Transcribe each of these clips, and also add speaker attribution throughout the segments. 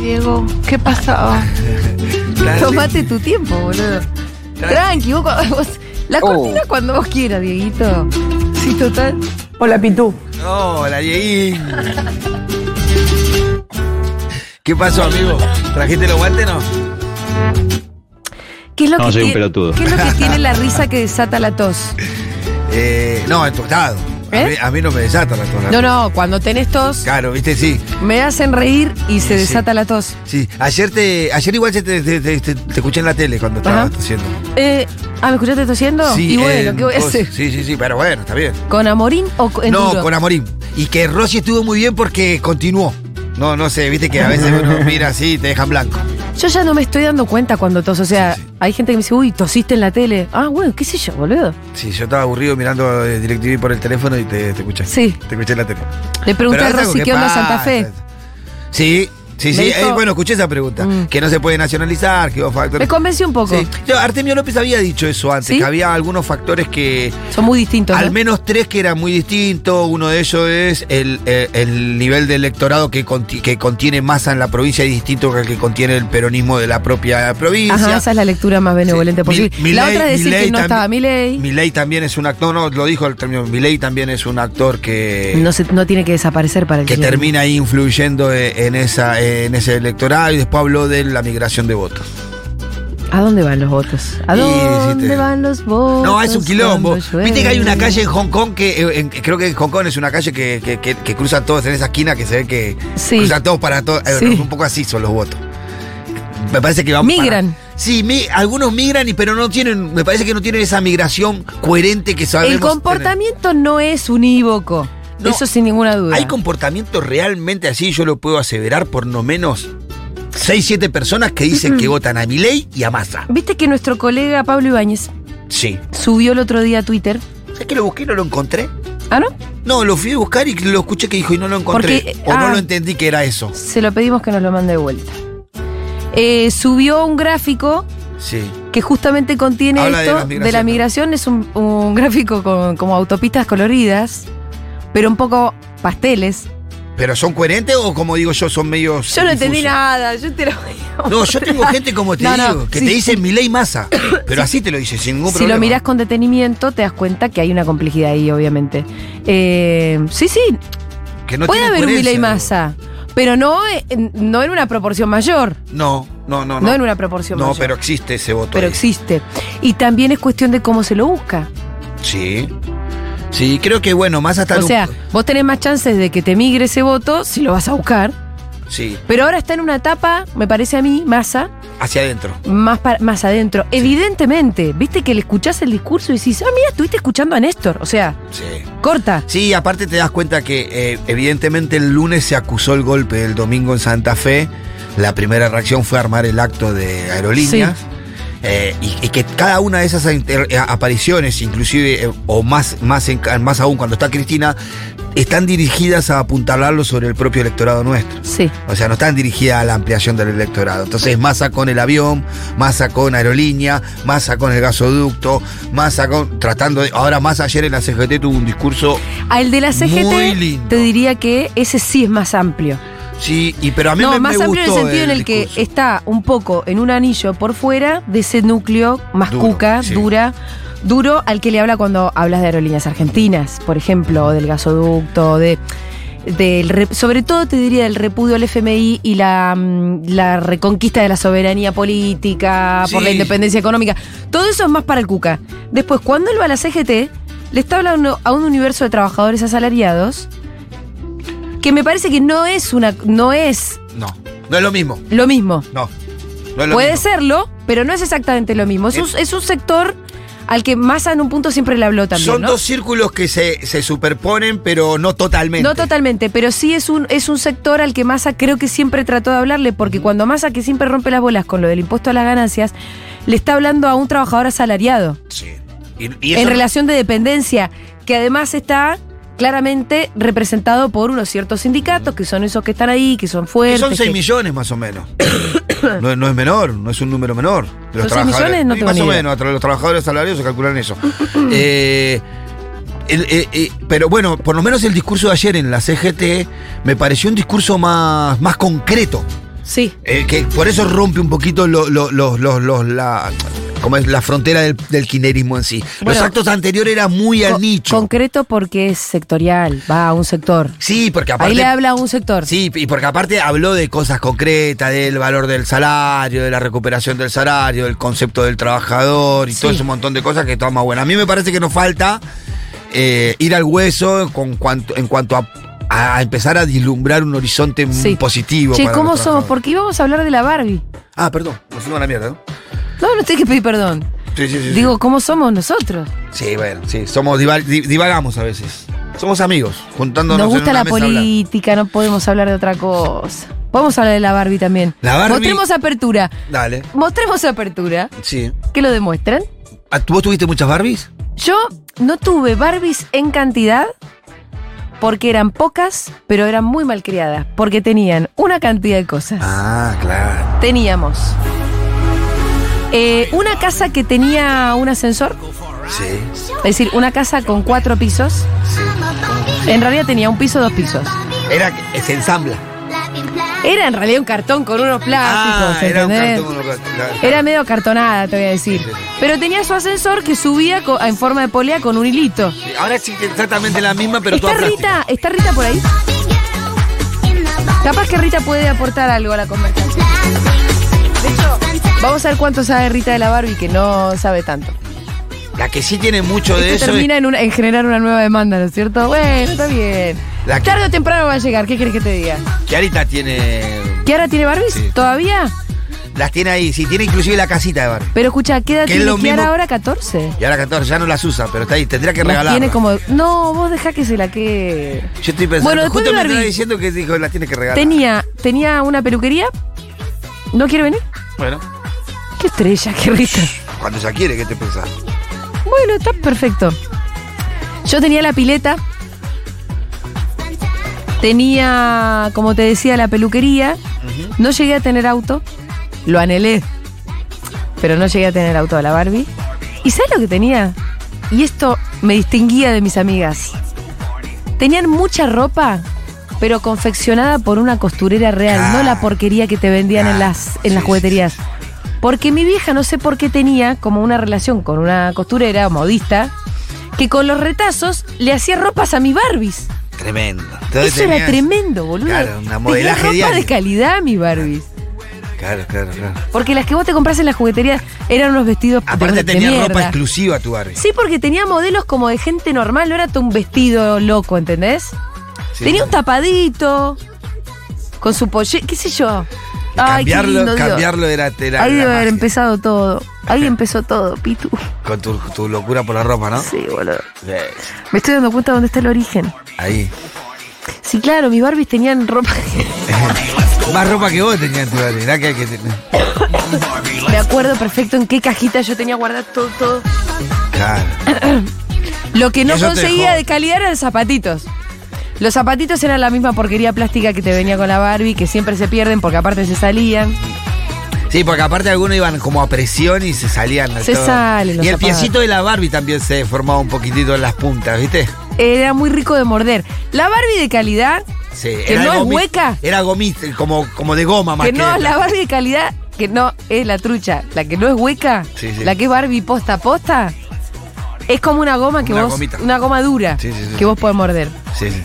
Speaker 1: Diego. ¿Qué pasaba?
Speaker 2: Dale.
Speaker 1: Tomate tu tiempo, boludo.
Speaker 2: Dale.
Speaker 1: Tranqui, vos, cu- vos- la
Speaker 3: Oh.
Speaker 1: cortina cuando vos quieras, Dieguito. Sí, total.
Speaker 4: Hola, Pitú.
Speaker 2: Hola, Dieguín. ¿Qué pasó, amigo? ¿Trajiste los guantes no?
Speaker 1: ¿Qué es lo
Speaker 5: No,
Speaker 1: que
Speaker 5: soy un
Speaker 1: tie-
Speaker 5: pelotudo.
Speaker 1: ¿Qué es lo que tiene la risa que desata la tos?
Speaker 2: Eh, no, en tostado. A,
Speaker 1: ¿Eh?
Speaker 2: mí, a mí no me desata la torre.
Speaker 1: No, no, cuando tenés tos,
Speaker 2: Claro, viste, sí.
Speaker 1: me hacen reír y
Speaker 2: Sí.
Speaker 1: se desata la tos.
Speaker 2: Sí, ayer te, ayer igual se te, te- te- te- te escuché en la tele cuando
Speaker 1: Ajá.
Speaker 2: estabas haciendo.
Speaker 1: Eh, ah, ¿me escuchaste tosiendo? y bueno,
Speaker 2: en
Speaker 1: ¿qué voy a
Speaker 2: cos-
Speaker 1: hacer?
Speaker 2: Sí, sí, sí, pero bueno, está bien.
Speaker 1: ¿Con Amorín o co- en
Speaker 2: no,
Speaker 1: duro?
Speaker 2: con Amorín. Y que Rossi estuvo muy bien porque continuó. No, no sé, viste que a veces uno mira así y te dejan blanco.
Speaker 1: Yo ya no me estoy dando cuenta cuando tos. O sea, hay gente que me dice, uy, tosiste en la tele. Ah, bueno, qué sé yo, boludo.
Speaker 2: Sí, yo estaba aburrido mirando eh, DirecTV por el teléfono y te, te escuché.
Speaker 1: Sí.
Speaker 2: Te escuché en la tele.
Speaker 1: Le pregunté
Speaker 2: Pero
Speaker 1: a
Speaker 2: es algo
Speaker 1: Rosy
Speaker 2: que
Speaker 1: qué onda Santa
Speaker 2: pasa.
Speaker 1: Fe.
Speaker 2: Sí, sí, sí.
Speaker 1: Me dijo-
Speaker 2: Eh, bueno, escuché esa pregunta.
Speaker 1: Mm.
Speaker 2: Que no se puede nacionalizar, que hubo
Speaker 1: Me
Speaker 2: factores.
Speaker 1: convenció un poco.
Speaker 2: Sí. Yo, Artemio López había dicho eso antes,
Speaker 1: ¿Sí?
Speaker 2: que había algunos factores que.
Speaker 1: Son muy distintos.
Speaker 2: Al
Speaker 1: ¿no?
Speaker 2: menos tres que eran muy distintos. Uno de ellos es el, eh, el nivel de electorado que, conti- que contiene masa en la provincia y distinto que el que contiene el peronismo de la propia provincia.
Speaker 1: Ajá, esa es la lectura más benevolente posible.
Speaker 2: Mi-
Speaker 1: la
Speaker 2: Milei-
Speaker 1: otra es decir
Speaker 2: Milei
Speaker 1: que no
Speaker 2: también-
Speaker 1: estaba Milei.
Speaker 2: Milei también es un actor, no, lo dijo el término, Milei también es un actor que,
Speaker 1: No, se- no tiene que desaparecer para el
Speaker 2: Eh. que
Speaker 1: señor.
Speaker 2: termina ahí influyendo eh, en, esa, eh, en ese electorado y después habló de la migración de votos.
Speaker 1: ¿A dónde van los votos? ¿A
Speaker 2: Y,
Speaker 1: dónde
Speaker 2: sí, te-
Speaker 1: van los votos?
Speaker 2: No, es un quilombo.
Speaker 1: cuando llueve?
Speaker 2: Viste que hay una calle en Hong Kong que eh, en- creo que en Hong Kong es una calle que, que- que- que cruzan todos en esa esquina que se ve que
Speaker 1: Sí.
Speaker 2: cruzan todos para todos.
Speaker 1: Sí.
Speaker 2: Un poco así son los votos. Me parece que vamos. para-
Speaker 1: Migran.
Speaker 2: Sí, mi- algunos migran y pero no tienen, me parece que no tienen esa migración coherente que sabemos.
Speaker 1: El
Speaker 2: tener.
Speaker 1: comportamiento no es unívoco.
Speaker 2: No.
Speaker 1: Eso sin ninguna duda.
Speaker 2: Hay comportamientos realmente así, yo lo puedo aseverar por no menos 6, 7 personas que dicen que votan a Milei y a Massa.
Speaker 1: Viste que nuestro colega Pablo Ibáñez
Speaker 2: Sí.
Speaker 1: subió el otro día a Twitter.
Speaker 2: ¿Sabes que lo busqué y no lo encontré?
Speaker 1: ¿Ah, no?
Speaker 2: No, lo fui a buscar y lo escuché que dijo y no lo encontré.
Speaker 1: Porque,
Speaker 2: o
Speaker 1: ah.
Speaker 2: no lo entendí que era eso.
Speaker 1: Se lo pedimos que nos lo mande de vuelta. Eh, subió un gráfico
Speaker 2: Sí.
Speaker 1: que justamente contiene
Speaker 2: Habla de
Speaker 1: esto
Speaker 2: las
Speaker 1: de,
Speaker 2: migraciones.
Speaker 1: la migración. Es un, un gráfico con como autopistas coloridas, pero un poco pasteles.
Speaker 2: ¿Pero son coherentes o como digo yo, son medios.
Speaker 1: Yo no entendí
Speaker 2: difusos?
Speaker 1: nada, yo te lo voy a
Speaker 2: No, yo
Speaker 1: mostrar.
Speaker 2: tengo gente como te
Speaker 1: No, no,
Speaker 2: digo, que
Speaker 1: sí.
Speaker 2: te dice mi ley masa. Pero así te lo dice, sin ningún
Speaker 1: Si
Speaker 2: problema.
Speaker 1: lo mirás con detenimiento, te das cuenta que hay una complejidad ahí, obviamente. Eh, sí, sí,
Speaker 2: que no
Speaker 1: puede
Speaker 2: tiene
Speaker 1: haber un
Speaker 2: coherencia,
Speaker 1: Milei
Speaker 2: digo.
Speaker 1: Massa, pero no, en- no en una proporción mayor.
Speaker 2: No, no, no,
Speaker 1: No,
Speaker 2: no.
Speaker 1: en una proporción
Speaker 2: No,
Speaker 1: mayor.
Speaker 2: pero existe ese voto.
Speaker 1: pero
Speaker 2: ahí.
Speaker 1: existe. Y también es cuestión de cómo se lo busca.
Speaker 2: Sí. Sí, creo que bueno, masa está en
Speaker 1: O
Speaker 2: un-
Speaker 1: sea, vos tenés más chances de que te migre ese voto si lo vas a buscar.
Speaker 2: Sí,
Speaker 1: Pero ahora está en una etapa, me parece a mí, masa,
Speaker 2: hacia adentro.
Speaker 1: más, pa- más adentro. Evidentemente, viste que le escuchás el discurso y decís, ah, mira, estuviste escuchando a Néstor. O sea,
Speaker 2: Sí.
Speaker 1: corta.
Speaker 2: Sí, aparte te das cuenta que eh, evidentemente el lunes se acusó el golpe del domingo en Santa Fe. La primera reacción fue armar el acto de aerolíneas. Eh, y, y que cada una de esas inter- eh, apariciones, inclusive, eh, o más, más, en- más aún cuando está Cristina, están dirigidas a apuntalarlo sobre el propio electorado nuestro.
Speaker 1: Sí.
Speaker 2: O sea, no están dirigidas a la ampliación del electorado. Entonces, masa con el avión, masa con aerolínea, masa con el gasoducto, masa con. tratando de. Ahora, más ayer en la CGT tuvo un discurso
Speaker 1: Al de la
Speaker 2: Muy lindo.
Speaker 1: CGT, te diría que ese sí es más amplio.
Speaker 2: Sí, y pero a mí
Speaker 1: No,
Speaker 2: me,
Speaker 1: más
Speaker 2: me
Speaker 1: amplio en el
Speaker 2: gustó
Speaker 1: sentido en el que
Speaker 2: discurso.
Speaker 1: está un poco en un anillo por fuera de ese núcleo más
Speaker 2: Duro,
Speaker 1: cuca,
Speaker 2: sí.
Speaker 1: dura, duro al que le habla cuando hablas de aerolíneas argentinas, por ejemplo, o del gasoducto, de del re- sobre todo te diría del repudio al FMI y la, mm, la reconquista de la soberanía política por la
Speaker 2: Sí.
Speaker 1: independencia económica. Todo eso es más para el cuca. Después, cuando él va a la CGT, le está hablando a un universo de trabajadores asalariados que me parece que no es una no es
Speaker 2: No, no es lo mismo.
Speaker 1: lo mismo.
Speaker 2: No. no es lo
Speaker 1: Puede
Speaker 2: mismo.
Speaker 1: serlo, pero no es exactamente lo mismo. Es, un, es un sector al que Massa en un punto siempre le habló también.
Speaker 2: Son
Speaker 1: ¿no?
Speaker 2: dos círculos que se, se superponen, pero no totalmente.
Speaker 1: No totalmente, pero sí es un, es un sector al que Massa creo que siempre trató de hablarle, porque cuando Massa, que siempre rompe las bolas con lo del impuesto a las ganancias, le está hablando a un trabajador asalariado
Speaker 2: Sí. Y, y eso-
Speaker 1: en relación de dependencia, que además está claramente representado por unos ciertos sindicatos, que son esos que están ahí, que son
Speaker 2: y
Speaker 1: fuertes.
Speaker 2: son 6
Speaker 1: que-
Speaker 2: millones más o menos. no, no es menor, no es un número menor. De
Speaker 1: ¿Son seis millones? No
Speaker 2: Y
Speaker 1: tengo
Speaker 2: Más
Speaker 1: ni
Speaker 2: o
Speaker 1: idea.
Speaker 2: menos, tra- los trabajadores salarios se calculan eso. Eh, el- eh, eh, pero bueno, por lo menos el discurso de ayer en la CGT me pareció un discurso más, más concreto.
Speaker 1: Sí.
Speaker 2: Eh, que por eso rompe un poquito lo- lo- los, los- los- la, como es, la frontera del, del kirchnerismo en sí.
Speaker 1: Bueno.
Speaker 2: los actos anteriores eran muy al
Speaker 1: Co-
Speaker 2: nicho.
Speaker 1: Concreto porque es sectorial, va a un sector.
Speaker 2: sí, porque aparte.
Speaker 1: Ahí le habla a un sector.
Speaker 2: Sí, y porque aparte habló de cosas concretas, del valor del salario, de la recuperación del salario, del concepto del trabajador y
Speaker 1: Sí.
Speaker 2: todo ese montón de cosas que está más bueno. A mí me parece que nos falta eh, ir al hueso con cuanto, en cuanto a, a empezar a dislumbrar un horizonte
Speaker 1: Sí.
Speaker 2: positivo.
Speaker 1: Che,
Speaker 2: para los
Speaker 1: ¿cómo somos?
Speaker 2: trabajadores.
Speaker 1: Porque íbamos a hablar de la Barbie.
Speaker 2: Ah, perdón, nos fuimos a la mierda, ¿no?
Speaker 1: No, no tenés que pedir perdón.
Speaker 2: Sí, sí, sí, sí.
Speaker 1: Digo, ¿cómo somos nosotros?
Speaker 2: Sí, bueno, sí, somos diva- di- divagamos a veces. Somos amigos, juntándonos
Speaker 1: Nos
Speaker 2: en
Speaker 1: gusta
Speaker 2: una
Speaker 1: la
Speaker 2: mesa a hablar.
Speaker 1: política, no podemos hablar de otra cosa. Podemos hablar de la Barbie también.
Speaker 2: La Barbie-
Speaker 1: Mostremos apertura.
Speaker 2: Dale,
Speaker 1: Mostremos apertura.
Speaker 2: sí.
Speaker 1: Que lo demuestran.
Speaker 2: Ah, ¿Vos tuviste muchas Barbies?
Speaker 1: Yo no tuve Barbies en cantidad porque eran pocas, pero eran muy malcriadas. Porque tenían una cantidad de cosas.
Speaker 2: Ah, claro.
Speaker 1: Teníamos eh, una casa que tenía un ascensor,
Speaker 2: Sí,
Speaker 1: es decir, una casa con cuatro pisos.
Speaker 2: sí.
Speaker 1: En realidad tenía un piso, dos pisos.
Speaker 2: Era que se ensambla.
Speaker 1: Era en realidad un cartón con unos plásticos,
Speaker 2: Ah, era un
Speaker 1: ¿entendés?
Speaker 2: cartón. claro.
Speaker 1: Era medio cartonada, te voy a decir. Pero tenía su ascensor que subía co- en forma de polea con un hilito.
Speaker 2: Ahora sí que exactamente la misma, pero
Speaker 1: ¿Está
Speaker 2: toda
Speaker 1: Rita? ¿Está Rita por ahí? Capaz que Rita puede aportar algo a la conversación. De hecho, vamos a ver cuánto sabe Rita de la Barbie, que no sabe tanto.
Speaker 2: plástica. La que sí tiene mucho de
Speaker 1: Esto
Speaker 2: eso.
Speaker 1: termina en, una- en generar una nueva demanda, ¿no es cierto? Bueno, está bien.
Speaker 2: La que-
Speaker 1: Tarde o temprano va a llegar, ¿qué crees que te diga?
Speaker 2: es Que ahorita tiene.
Speaker 1: ¿Que ahora tiene Barbies?
Speaker 2: Sí.
Speaker 1: ¿Todavía?
Speaker 2: Las tiene ahí, sí, tiene inclusive la casita de Barbie.
Speaker 1: Pero escucha, ¿qué edad
Speaker 2: Que es
Speaker 1: tiene
Speaker 2: lo
Speaker 1: Kiara
Speaker 2: mismo-
Speaker 1: ahora? 14.
Speaker 2: Y ahora 14 ya no las usa, pero está ahí, tendría que
Speaker 1: Las
Speaker 2: regalarla.
Speaker 1: Tiene como. No, vos dejá que se la que.
Speaker 2: Yo estoy pensando,
Speaker 1: Bueno, después
Speaker 2: justo
Speaker 1: de
Speaker 2: me estaba
Speaker 1: Barbie.
Speaker 2: diciendo que dijo, las tiene que regalar.
Speaker 1: Tenía, tenía una peluquería. ¿No quiere venir?
Speaker 2: Bueno,
Speaker 1: Qué estrella, Ah, qué risa.
Speaker 2: cuando ya quiere, ¿qué te pensás?
Speaker 1: Bueno, está perfecto. Yo tenía la pileta. Tenía, como te decía, la peluquería. No llegué a tener auto. Lo anhelé. Pero no llegué a tener auto a la Barbie. ¿Y sabes lo que tenía? Y esto me distinguía de mis amigas. Tenían mucha ropa, pero confeccionada por una costurera real,
Speaker 2: Ah.
Speaker 1: no la porquería que te vendían en
Speaker 2: Ah,
Speaker 1: las,
Speaker 2: sí,
Speaker 1: en las
Speaker 2: sí,
Speaker 1: jugueterías. Porque mi vieja no sé por qué tenía como una relación con una costurera o modista que con los retazos le hacía ropas a mi Barbies.
Speaker 2: Tremendo. Entonces
Speaker 1: Eso era
Speaker 2: tenías-
Speaker 1: tremendo, boludo.
Speaker 2: Claro, una
Speaker 1: Tenía
Speaker 2: modelaje
Speaker 1: ropa
Speaker 2: diario.
Speaker 1: de calidad mi Barbies.
Speaker 2: Claro, claro, claro.
Speaker 1: Porque las que vos te compras en la juguetería eran unos vestidos de-
Speaker 2: Aparte
Speaker 1: de,
Speaker 2: tenía ropa
Speaker 1: mierda.
Speaker 2: exclusiva tu Barbie.
Speaker 1: Sí, porque tenía modelos como de gente normal, no era todo un vestido loco, ¿entendés?
Speaker 2: Sí.
Speaker 1: tenía un tapadito, con su polle, qué sé yo. Ay, qué
Speaker 2: cambiarlo,
Speaker 1: lindo, Dios.
Speaker 2: cambiarlo era, era era
Speaker 1: Ahí debe haber
Speaker 2: magia.
Speaker 1: empezado todo. Ahí empezó todo, Pitu.
Speaker 2: Con tu, tu locura por la ropa, ¿no?
Speaker 1: Sí, boludo.
Speaker 2: Eh,
Speaker 1: Me estoy dando cuenta de dónde está el origen.
Speaker 2: Ahí.
Speaker 1: Sí, claro, mis Barbies tenían ropa.
Speaker 2: Más ropa que vos tenías tu Barbie. Mirá que hay que tener.
Speaker 1: Me acuerdo perfecto en qué cajita yo tenía guardado todo, todo.
Speaker 2: Claro.
Speaker 1: Lo que no
Speaker 2: Eso te
Speaker 1: conseguía
Speaker 2: dejó.
Speaker 1: de calidad eran zapatitos. Los zapatitos eran la misma porquería plástica que te venía con la Barbie, que siempre se pierden porque aparte se salían.
Speaker 2: Sí, porque aparte algunos iban como a presión y se salían. del
Speaker 1: Se
Speaker 2: todo.
Speaker 1: salen los
Speaker 2: Y el
Speaker 1: zapatos.
Speaker 2: piecito de la Barbie también se formaba un poquitito en las puntas, ¿viste?
Speaker 1: Era muy rico de morder. La Barbie de calidad,
Speaker 2: Sí,
Speaker 1: que no es
Speaker 2: gomi-
Speaker 1: hueca,
Speaker 2: Era gomita, como, como de goma más
Speaker 1: que
Speaker 2: que.
Speaker 1: no, la Barbie de calidad, que no es la trucha, la que no es hueca,
Speaker 2: Sí, sí.
Speaker 1: la que es Barbie posta a posta, es como una goma que
Speaker 2: Una
Speaker 1: vos,
Speaker 2: gomita.
Speaker 1: una goma dura,
Speaker 2: Sí, sí, sí.
Speaker 1: que vos podés morder.
Speaker 2: Sí, sí.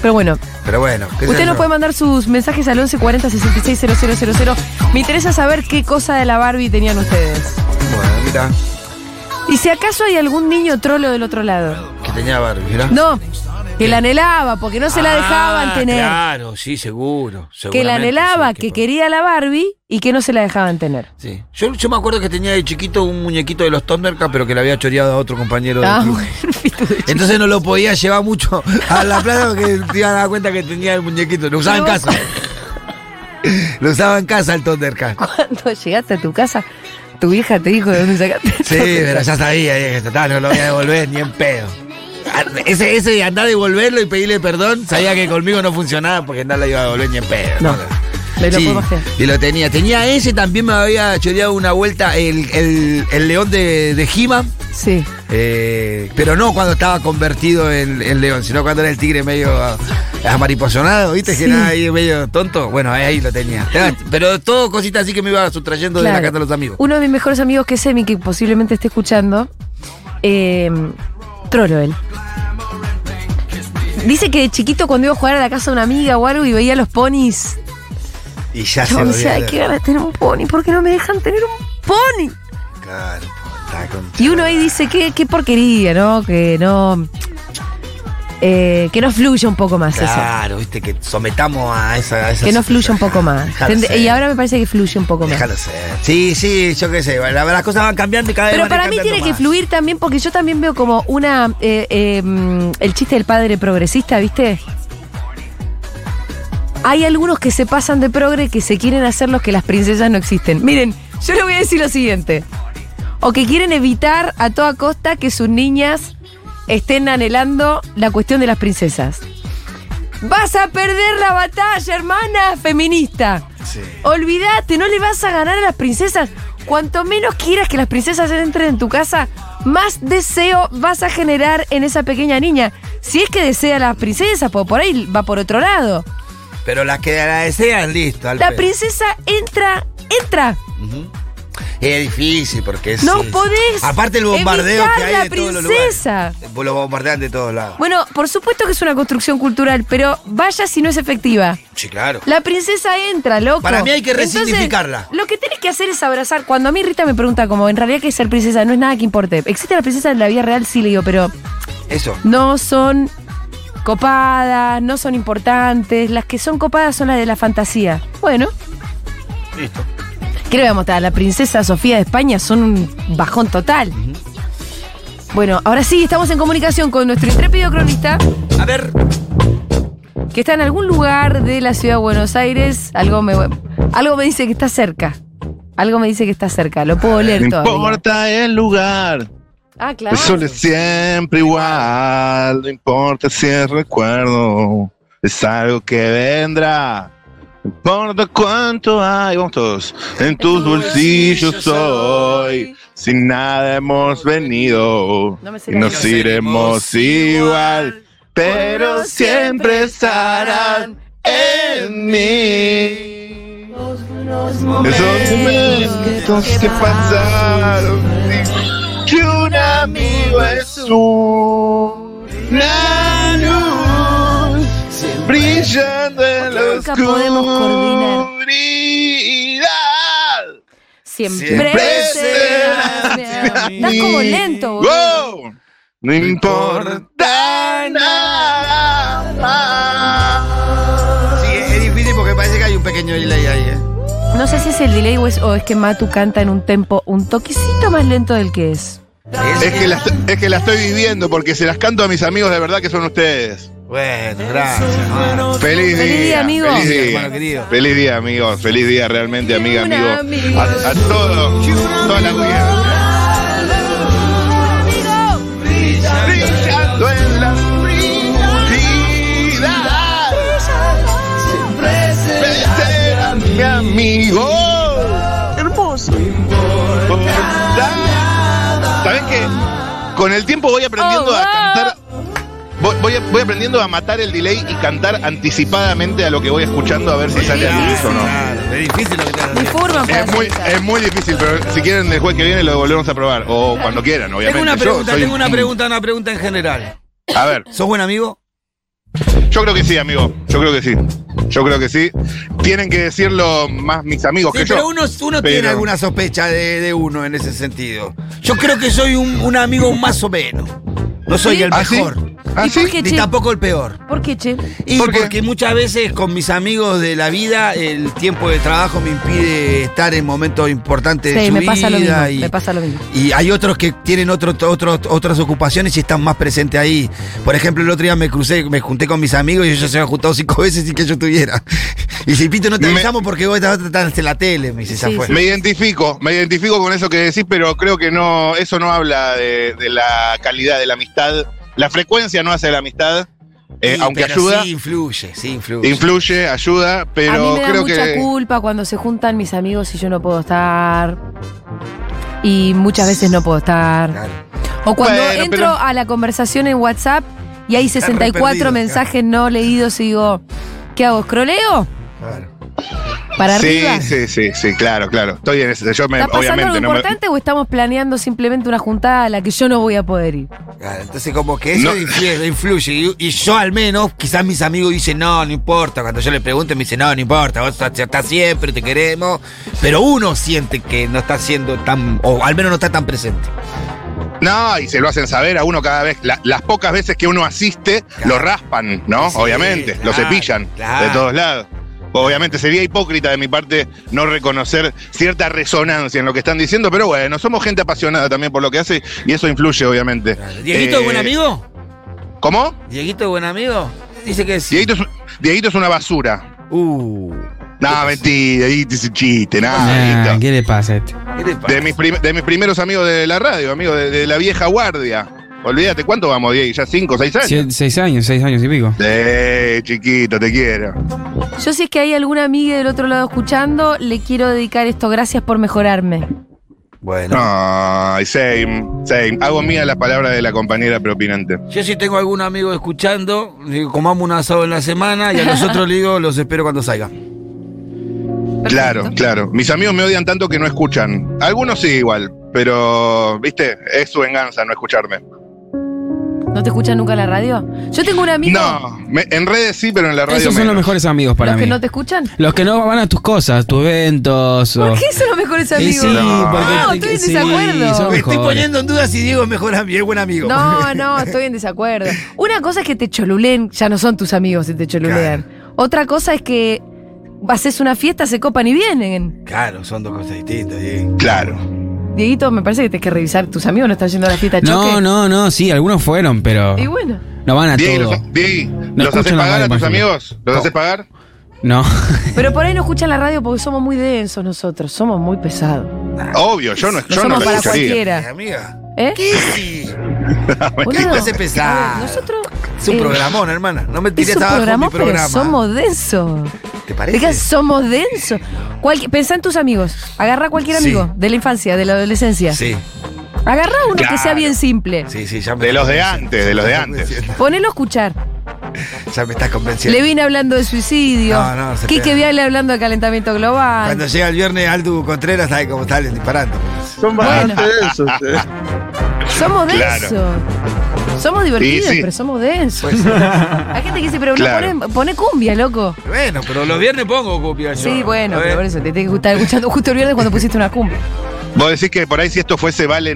Speaker 1: Pero bueno,
Speaker 2: Pero bueno. qué sé
Speaker 1: Usted nos
Speaker 2: yo.
Speaker 1: puede mandar sus mensajes al 1140 000. Me interesa saber qué cosa de la Barbie tenían ustedes.
Speaker 2: Bueno, mira.
Speaker 1: Y si acaso hay algún niño trolo del otro lado.
Speaker 2: Que tenía Barbie, mirá.
Speaker 1: No, que la anhelaba porque no se la dejaban
Speaker 2: Ah,
Speaker 1: tener.
Speaker 2: Claro, sí, seguro.
Speaker 1: Que
Speaker 2: seguramente,
Speaker 1: la anhelaba,
Speaker 2: sí,
Speaker 1: que
Speaker 2: por-
Speaker 1: quería la Barbie y que no se la dejaban tener.
Speaker 2: Sí. Yo, yo me acuerdo que tenía de chiquito un muñequito de los Thundercats, pero que le había choreado a otro compañero
Speaker 1: Ah,
Speaker 2: del club.
Speaker 1: bueno, Pitu, de chico.
Speaker 2: Entonces no lo podía llevar mucho a la plaza porque te iban a dar cuenta que tenía el muñequito. Lo usaba en
Speaker 1: Pero vos-
Speaker 2: casa. Lo usaba en casa el Thundercat.
Speaker 1: Cuando llegaste a tu casa, tu vieja te dijo de dónde sacaste.
Speaker 2: Sí, pero ya sabía, dije, "Total, no lo voy a devolver ni en pedo. Ese, ese de andar a devolverlo y pedirle perdón, sabía que conmigo no funcionaba porque no lo iba a devolver ni en pedo.
Speaker 1: No. Me lo
Speaker 2: sí,
Speaker 1: puedo hacer.
Speaker 2: y lo tenía. Tenía ese, también me había choreado una vuelta el, el- el león de, de He-Man,
Speaker 1: Sí.
Speaker 2: eh, pero no cuando estaba convertido en, en león, sino cuando era el tigre medio ah, amariposonado, ¿viste?
Speaker 1: Sí.
Speaker 2: Que era ahí medio tonto. Bueno, ahí, ahí lo tenía. Era- Pero todo cositas así que me iba sustrayendo de la
Speaker 1: Claro.
Speaker 2: casa de los amigos.
Speaker 1: Uno de mis mejores amigos, que es Emi, que posiblemente esté escuchando, eh, trolo él. Dice que de chiquito cuando iba a jugar a la casa de una amiga o algo y veía los ponis,
Speaker 2: Y ya se
Speaker 1: yo
Speaker 2: volvía
Speaker 1: decía,
Speaker 2: a
Speaker 1: "Ay, qué ganas de tener un pony, ¿por qué no me dejan tener un pony?
Speaker 2: Claro, está con-
Speaker 1: Y uno ahí dice, qué, qué porquería, ¿no? Que no... eh, que no fluya un poco más eso.
Speaker 2: Claro, viste, que sometamos a esa. a esa
Speaker 1: Que no fluya un poco más.
Speaker 2: Déjalo
Speaker 1: Tende-
Speaker 2: ser,
Speaker 1: Y ahora me parece que fluye un poco más.
Speaker 2: déjalo ser. Sí, sí, yo qué sé. la- Las, cosas van cambiando y cada vez
Speaker 1: Pero
Speaker 2: van
Speaker 1: para mí
Speaker 2: cambiando
Speaker 1: tiene que
Speaker 2: más.
Speaker 1: fluir también, porque yo también veo como una. eh, eh, mm, el chiste del padre progresista, ¿viste? Hay algunos que se pasan de progre que se quieren hacer los que las princesas no existen. Miren, yo les voy a decir lo siguiente. O que quieren evitar a toda costa que sus niñas estén anhelando la cuestión de las princesas. Vas a perder la batalla, hermana feminista.
Speaker 2: Sí.
Speaker 1: Olvídate, no le vas a ganar a las princesas. Cuanto menos quieras que las princesas entren en tu casa, más deseo vas a generar en esa pequeña niña. Si es que desea a las princesas, porque por ahí va por otro lado.
Speaker 2: Pero las que la desean, listo. al
Speaker 1: La
Speaker 2: pedo.
Speaker 1: princesa entra, entra.
Speaker 2: Ujú. Es difícil porque es.
Speaker 1: No
Speaker 2: es-
Speaker 1: podés
Speaker 2: Aparte el bombardeo
Speaker 1: evitar
Speaker 2: que hay
Speaker 1: la
Speaker 2: de todos los
Speaker 1: princesa.
Speaker 2: lugares. Lo bombardean de todos lados.
Speaker 1: Bueno, por supuesto que es una construcción cultural, pero vaya si no es efectiva.
Speaker 2: Sí, claro.
Speaker 1: La princesa entra, loco.
Speaker 2: Para mí hay que
Speaker 1: Entonces,
Speaker 2: resignificarla.
Speaker 1: lo que tenés que hacer es abrazar. Cuando a mí Rita me pregunta como, en realidad que ser princesa no es nada que importe. ¿Existe la princesa en la vida real? Sí, le digo, pero
Speaker 2: Eso.
Speaker 1: no son copadas, no son importantes. Las que son copadas son las de la fantasía. Bueno.
Speaker 2: Listo.
Speaker 1: ¿Qué le vamos a mostrar? La princesa Sofía de España son un bajón total. Bueno, ahora sí, estamos en comunicación con nuestro intrépido cronista,
Speaker 2: A ver.
Speaker 1: que está en algún lugar de la ciudad de Buenos Aires. Algo me, algo me dice que está cerca. Algo me dice que está cerca. Lo puedo
Speaker 3: No
Speaker 1: leer todavía.
Speaker 3: importa el lugar,
Speaker 1: Ah, claro.
Speaker 3: el sol es siempre igual, no importa si es recuerdo, es algo que vendrá. No importa cuánto hay, vamos todos, en tus bolsillos hoy, sin nada hemos venido
Speaker 1: No me sé
Speaker 3: y
Speaker 1: la
Speaker 3: nos
Speaker 1: letra.
Speaker 3: iremos igual, pero siempre estarán en mí. Esos momentos que pasaron que un amigo es una luz brillando en la
Speaker 1: Nunca podemos coordinar.
Speaker 3: oscuridad.
Speaker 1: Siempre,
Speaker 2: Siempre
Speaker 1: serás
Speaker 3: serás
Speaker 1: mi amor. Estás como
Speaker 3: mi-
Speaker 1: lento, boludo.
Speaker 3: ¡Wow! No importa nada.
Speaker 2: Sí, es, es difícil porque parece que hay un pequeño delay ahí, ¿eh?
Speaker 1: No sé si es el delay o es, o es que Matu canta en un tempo un toquecito más lento del que es.
Speaker 3: Es que, la, est- es que la estoy viviendo porque se las canto a mis amigos de verdad que son ustedes.
Speaker 2: Bueno, gracias. hermano.
Speaker 3: Feliz,
Speaker 1: Feliz día, amigo.
Speaker 3: Feliz
Speaker 2: Sí,
Speaker 3: día,
Speaker 2: hermano querido.
Speaker 3: Feliz día, amigos. Feliz día, realmente, amiga,
Speaker 1: Un
Speaker 3: amigo.
Speaker 1: amigo.
Speaker 3: A, a todos. Toda la vida. Brillando en la oscuridad. Siempre será mi amigo. Hermoso. ¿Saben qué? Con el tiempo voy aprendiendo
Speaker 1: Oh,
Speaker 3: a
Speaker 1: wow.
Speaker 3: cantar. Voy, voy a- voy aprendiendo a matar el delay y cantar anticipadamente a lo que voy escuchando a ver si sale así o no.
Speaker 2: Claro, es difícil lo que te
Speaker 1: Me forman para
Speaker 3: Es muy,
Speaker 1: hacer
Speaker 3: es muy difícil, pero si quieren el jueves que viene lo volvemos a probar. O cuando quieran, obviamente.
Speaker 2: Tengo una
Speaker 3: Yo
Speaker 2: pregunta,
Speaker 3: soy
Speaker 2: tengo una
Speaker 3: un-
Speaker 2: pregunta, una pregunta en general.
Speaker 3: A ver,
Speaker 2: ¿Sos buen amigo?
Speaker 3: yo creo que sí, amigo. Yo creo que sí. Yo creo que sí. Tienen que decirlo más mis amigos
Speaker 2: Sí,
Speaker 3: que
Speaker 2: pero
Speaker 3: yo.
Speaker 2: uno, uno
Speaker 3: Pero-
Speaker 2: tiene alguna sospecha de, de uno en ese sentido. Yo creo que soy un, un amigo más o menos. No soy
Speaker 1: ¿Sí?
Speaker 2: el
Speaker 3: ¿Ah, sí?
Speaker 2: mejor,
Speaker 3: ¿Ah,
Speaker 1: ¿Y
Speaker 3: sí?
Speaker 1: por qué?
Speaker 2: ni
Speaker 1: che?
Speaker 2: tampoco el peor.
Speaker 1: ¿Por qué, che?
Speaker 2: Y
Speaker 3: ¿Por qué?
Speaker 2: porque muchas veces con mis amigos de la vida el tiempo de trabajo me impide estar en momentos importantes de
Speaker 1: Sí,
Speaker 2: su
Speaker 1: me pasa lo mismo.
Speaker 2: vida y-
Speaker 1: Me pasa lo mismo.
Speaker 2: Y hay otros que tienen otro, otro- otras ocupaciones y están más presentes ahí. Por ejemplo, el otro día me crucé, me junté con mis amigos y ellos se habían juntado cinco veces sin que yo estuviera. Y si Pito no te
Speaker 3: Me-
Speaker 2: avisamos porque vos estabas estabas en la tele, me dice esa
Speaker 1: Sí,
Speaker 2: fue.
Speaker 3: Me identifico, me identifico con eso que decís, pero creo que no, eso no habla de, de la calidad de la amistad. La frecuencia no hace la amistad. Eh,
Speaker 2: Sí,
Speaker 3: aunque
Speaker 2: pero
Speaker 3: ayuda,
Speaker 2: Sí, influye, sí, influye.
Speaker 3: influye, ayuda,
Speaker 1: a
Speaker 3: pero
Speaker 1: mí me da
Speaker 3: creo
Speaker 1: mucha
Speaker 3: que.
Speaker 1: culpa cuando se juntan mis amigos y yo no puedo estar. Y muchas veces no puedo estar.
Speaker 2: Claro.
Speaker 1: O cuando
Speaker 3: Bueno,
Speaker 1: entro
Speaker 3: pero-
Speaker 1: a la conversación en WhatsApp y hay
Speaker 2: Estás
Speaker 1: 64
Speaker 2: re perdido,
Speaker 1: mensajes no leídos y digo, ¿qué hago? ¿Escroleo?
Speaker 2: claro.
Speaker 1: ¿Para
Speaker 3: sí,
Speaker 1: arriba?
Speaker 3: sí, sí, sí, claro, claro. Estoy en ese. Yo me,
Speaker 1: ¿Está pasando algo
Speaker 3: obviamente no me-
Speaker 1: importante o estamos planeando simplemente una juntada a la que yo no voy a poder ir?
Speaker 2: Claro, entonces como que eso
Speaker 3: No.
Speaker 2: influye, influye. Y, y yo al menos, quizás mis amigos dicen, no, no importa. Cuando yo le pregunto, me dicen, no, no importa, vos estás, estás siempre, te queremos. Pero uno siente que no está siendo tan, o al menos no está tan presente.
Speaker 3: No, y se lo hacen saber a uno cada vez. La- las pocas veces que uno asiste,
Speaker 2: Claro.
Speaker 3: lo raspan, ¿no?
Speaker 2: Sí,
Speaker 3: Obviamente, lo
Speaker 2: claro,
Speaker 3: cepillan
Speaker 2: claro.
Speaker 3: de todos lados. Obviamente sería hipócrita de mi parte no reconocer cierta resonancia en lo que están diciendo, pero bueno, somos gente apasionada también por lo que hace y eso influye, obviamente.
Speaker 2: ¿Dieguito
Speaker 3: Eh,
Speaker 2: es buen amigo?
Speaker 3: ¿Cómo?
Speaker 2: ¿Dieguito es buen amigo? Dice que sí.
Speaker 3: Dieguito es, Dieguito es una basura.
Speaker 2: Uh.
Speaker 3: No, mentira, Dieguito es un chiste, nada.
Speaker 4: Ah,
Speaker 3: Dieguito.
Speaker 4: ¿Qué le pasa a este?
Speaker 2: ¿Qué te pasa?
Speaker 3: De mis, prim- de mis primeros amigos de la radio, amigos de, de la vieja guardia. Olvídate, ¿cuánto vamos, Diego? ¿Ya cinco, seis años?
Speaker 4: Sie- seis años, seis años y pico.
Speaker 3: Eh, chiquito, te quiero.
Speaker 1: Yo si es que hay alguna amiga del otro lado escuchando, le quiero dedicar esto. Gracias por mejorarme.
Speaker 2: Bueno.
Speaker 3: Ay, same, same. Hago mía la palabra de la compañera preopinante.
Speaker 2: Yo sí tengo algún amigo escuchando, digo, comamos un asado en la semana y a nosotros le digo, los espero cuando salga.
Speaker 3: Claro, claro. Mis amigos me odian tanto que no escuchan. Algunos sí igual, pero, viste, es su venganza no escucharme.
Speaker 1: ¿No te escuchan nunca en la radio? Yo tengo un amigo.
Speaker 3: No, me- en redes sí, pero en la radio
Speaker 4: Esos son los
Speaker 3: menos.
Speaker 4: mejores amigos para
Speaker 1: ¿Los
Speaker 4: mí.
Speaker 1: que no te escuchan?
Speaker 4: Los que no van a tus cosas, tus eventos. o-
Speaker 1: ¿Por qué son los mejores
Speaker 4: Y
Speaker 1: amigos?
Speaker 4: sí, pues,
Speaker 3: No.
Speaker 4: porque
Speaker 1: No,
Speaker 4: te-
Speaker 1: estoy en
Speaker 4: sí,
Speaker 1: desacuerdo.
Speaker 4: son
Speaker 2: Me estoy
Speaker 4: mejores.
Speaker 2: poniendo en duda si Diego es mejor amigo, es buen amigo.
Speaker 1: No, no, estoy en desacuerdo. Una cosa es que te cholulen, ya no son tus amigos si te cholulean. Otra cosa es que haces una fiesta, se copan y vienen.
Speaker 2: Claro, son dos cosas distintas, Diego.
Speaker 3: Claro.
Speaker 1: Dieguito, me parece que tienes que revisar tus amigos, no están yendo a la fiesta de
Speaker 4: No,
Speaker 1: choque.
Speaker 4: no, no, sí, algunos fueron, pero
Speaker 1: Y bueno,
Speaker 4: no van a
Speaker 3: Diego,
Speaker 4: todo.
Speaker 3: ¿los, Diego,
Speaker 4: No
Speaker 3: ¿los haces
Speaker 4: escuchan la
Speaker 3: pagar
Speaker 4: radio,
Speaker 3: a tus
Speaker 4: por ejemplo.
Speaker 3: amigos? ¿Los haces pagar?
Speaker 4: No.
Speaker 1: pero por ahí no escuchan la radio porque somos muy densos nosotros, somos muy pesados.
Speaker 3: Obvio, yo no,
Speaker 1: No
Speaker 3: yo no
Speaker 1: somos
Speaker 3: lo
Speaker 1: para
Speaker 3: escucharía.
Speaker 2: Eh,
Speaker 1: cualquiera.
Speaker 2: Amiga.
Speaker 1: ¿Eh?
Speaker 2: ¿Qué sí?
Speaker 1: Boludo,
Speaker 2: te hace
Speaker 1: a
Speaker 2: pesar?
Speaker 1: ver, Nosotros.
Speaker 2: Es un
Speaker 1: eh,
Speaker 2: programón, hermana. No me
Speaker 1: Es
Speaker 2: tires
Speaker 1: un
Speaker 2: Pues, abajo mi
Speaker 1: programa, pero
Speaker 2: programa.
Speaker 1: somos densos.
Speaker 2: ¿Te
Speaker 1: Diga,
Speaker 2: parece?
Speaker 1: somos densos. Cualqui- pensá en tus amigos. Agarra cualquier
Speaker 2: Sí.
Speaker 1: amigo de la infancia, de la adolescencia.
Speaker 2: Sí,
Speaker 1: Agarra uno que sea
Speaker 3: Claro.
Speaker 1: bien simple.
Speaker 2: sí, sí, ya me
Speaker 3: De los de
Speaker 2: estás
Speaker 3: antes, de los de antes.
Speaker 2: convenciendo.
Speaker 1: Ponelo a escuchar.
Speaker 2: Ya me estás convenciendo.
Speaker 1: Le vine hablando de suicidio.
Speaker 2: No, no, se
Speaker 1: Quique
Speaker 2: pega.
Speaker 1: Viale hablando de calentamiento global.
Speaker 2: Cuando llega el viernes, Aldu Contreras sabe cómo salen disparando.
Speaker 5: Son bastante densos. eh.
Speaker 1: Somos
Speaker 3: Claro.
Speaker 1: densos. Somos divertidos,
Speaker 3: Sí, sí.
Speaker 1: pero somos densos.
Speaker 2: Pues,
Speaker 1: Hay gente que dice, pero
Speaker 3: Claro.
Speaker 1: no pone, pone cumbia, loco.
Speaker 2: bueno, eh. pero los viernes pongo copia. yo.
Speaker 1: Sí, bueno,
Speaker 2: A ver.
Speaker 1: pero por eso te tiene que estar escuchando justo el viernes cuando pusiste una cumbia.
Speaker 3: Vos decís que por ahí si esto fuese Vale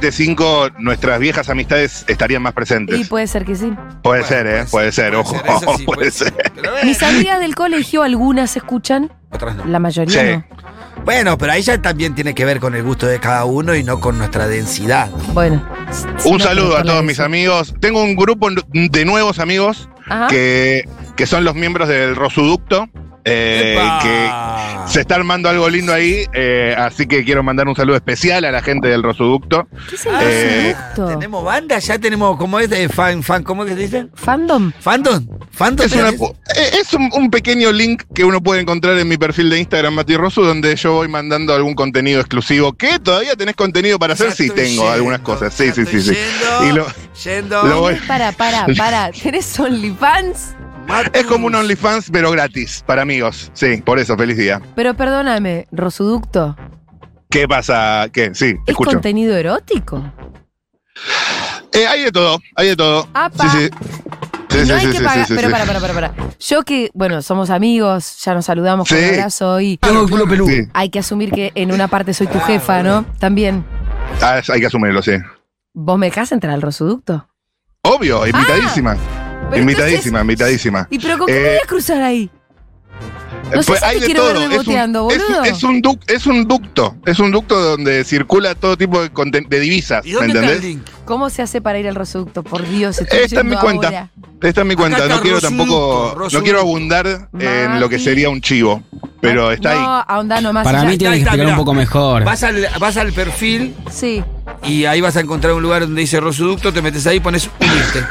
Speaker 3: 97.5, nuestras viejas amistades estarían más presentes.
Speaker 1: Y puede ser que sí.
Speaker 3: Puede
Speaker 2: Bueno,
Speaker 3: ser, ¿eh? Puede ser, ojo.
Speaker 2: eso sí,
Speaker 3: puede ser.
Speaker 2: Pero bueno,
Speaker 1: Mis amigas del colegio, algunas escuchan,
Speaker 2: otras no.
Speaker 1: la mayoría
Speaker 3: Sí.
Speaker 1: no.
Speaker 2: Bueno, pero ahí ya también tiene que ver con el gusto de cada uno y no con nuestra densidad.
Speaker 1: Bueno.
Speaker 3: Un saludo a todos mis amigos. Tengo un grupo de nuevos amigos
Speaker 1: Ajá.
Speaker 3: que, que son los miembros del Rosuducto. eh,
Speaker 2: ¡Epa!
Speaker 3: que se está armando algo lindo ahí, eh, así que quiero mandar un saludo especial a la gente del Rosuducto. Eh,
Speaker 1: ¿Qué es el
Speaker 2: Ah,
Speaker 1: gasoducto?
Speaker 2: tenemos banda, ya tenemos, ¿cómo es? Eh, fan, fan, ¿cómo que se dice?
Speaker 1: ¿Fandom?
Speaker 2: ¿Fandom? ¿Fandom?
Speaker 3: Es, una-
Speaker 2: ¿Tenés?
Speaker 3: eh, es un, un pequeño link que uno puede encontrar en mi perfil de Instagram, Mati Rosu, donde yo voy mandando algún contenido exclusivo. ¿Qué? ¿Todavía tenés contenido para hacer?
Speaker 2: Ya
Speaker 3: Sí,
Speaker 2: estoy
Speaker 3: tengo
Speaker 2: yendo,
Speaker 3: algunas cosas. Sí,
Speaker 2: ya
Speaker 3: sí, sí,
Speaker 2: estoy
Speaker 3: sí.
Speaker 2: Yendo,
Speaker 3: Y lo-
Speaker 2: yendo,
Speaker 3: lo voy-
Speaker 1: Para, para, para. ¿Tenés OnlyFans?
Speaker 2: Matus.
Speaker 3: Es como un OnlyFans, pero gratis, para amigos. Sí, por eso, feliz día.
Speaker 1: Pero perdóname, Rosuducto.
Speaker 3: ¿Qué pasa? ¿Qué? Sí,
Speaker 1: ¿Es
Speaker 3: escucho.
Speaker 1: contenido erótico?
Speaker 3: Eh, hay de todo, hay de todo.
Speaker 1: Apa.
Speaker 3: Sí, sí. Sí, sí,
Speaker 1: no hay
Speaker 3: sí,
Speaker 1: que
Speaker 3: sí,
Speaker 1: pagar.
Speaker 3: sí,
Speaker 1: pero
Speaker 3: sí.
Speaker 1: para, para, para, para. Yo que, bueno, somos amigos, ya nos saludamos con
Speaker 3: Sí.
Speaker 1: un abrazo y
Speaker 4: Tengo el culo peludo.
Speaker 3: Sí,
Speaker 1: hay que asumir que en una parte soy
Speaker 2: Ah,
Speaker 1: tu jefa, ¿no? También.
Speaker 3: ah, hay que asumirlo, sí.
Speaker 1: ¿Vos me dejás entrar al Rosuducto?
Speaker 3: Obvio, invitadísima.
Speaker 1: Ah, Pero
Speaker 3: invitadísima,
Speaker 1: entonces-
Speaker 3: invitadísima.
Speaker 1: ¿Y pero con qué
Speaker 3: Eh,
Speaker 1: me voy a cruzar ahí? No sé
Speaker 3: Pues
Speaker 1: si
Speaker 3: hay
Speaker 1: te
Speaker 3: de
Speaker 1: quiero ver
Speaker 3: todo, es un-
Speaker 1: reboteando,
Speaker 3: es un-
Speaker 1: boludo.
Speaker 3: Es un, duc- es un ducto, es un ducto donde circula todo tipo de, conten- de divisas,
Speaker 2: ¿Y
Speaker 3: ¿me
Speaker 2: dónde está el
Speaker 3: entendés?
Speaker 2: link?
Speaker 1: ¿Cómo se hace para ir al Rosuducto? Por Dios, estoy
Speaker 3: Está en mi
Speaker 1: yendo
Speaker 3: cuenta.
Speaker 1: ahora.
Speaker 3: Esta es mi cuenta,
Speaker 2: está
Speaker 3: no quiero
Speaker 2: Rosuducto,
Speaker 3: tampoco,
Speaker 2: Rosuducto.
Speaker 3: no quiero abundar en lo que
Speaker 1: Mati.
Speaker 3: sería un chivo, pero está ahí.
Speaker 1: No, ahondá nomás.
Speaker 4: Para
Speaker 1: Ya-
Speaker 4: mí tienes que
Speaker 2: está,
Speaker 4: explicar
Speaker 2: mirá.
Speaker 4: un poco mejor.
Speaker 2: Vas al, vas al perfil
Speaker 1: Sí.
Speaker 2: y ahí vas a encontrar un lugar donde dice Rosuducto, te metes ahí y pones unirte.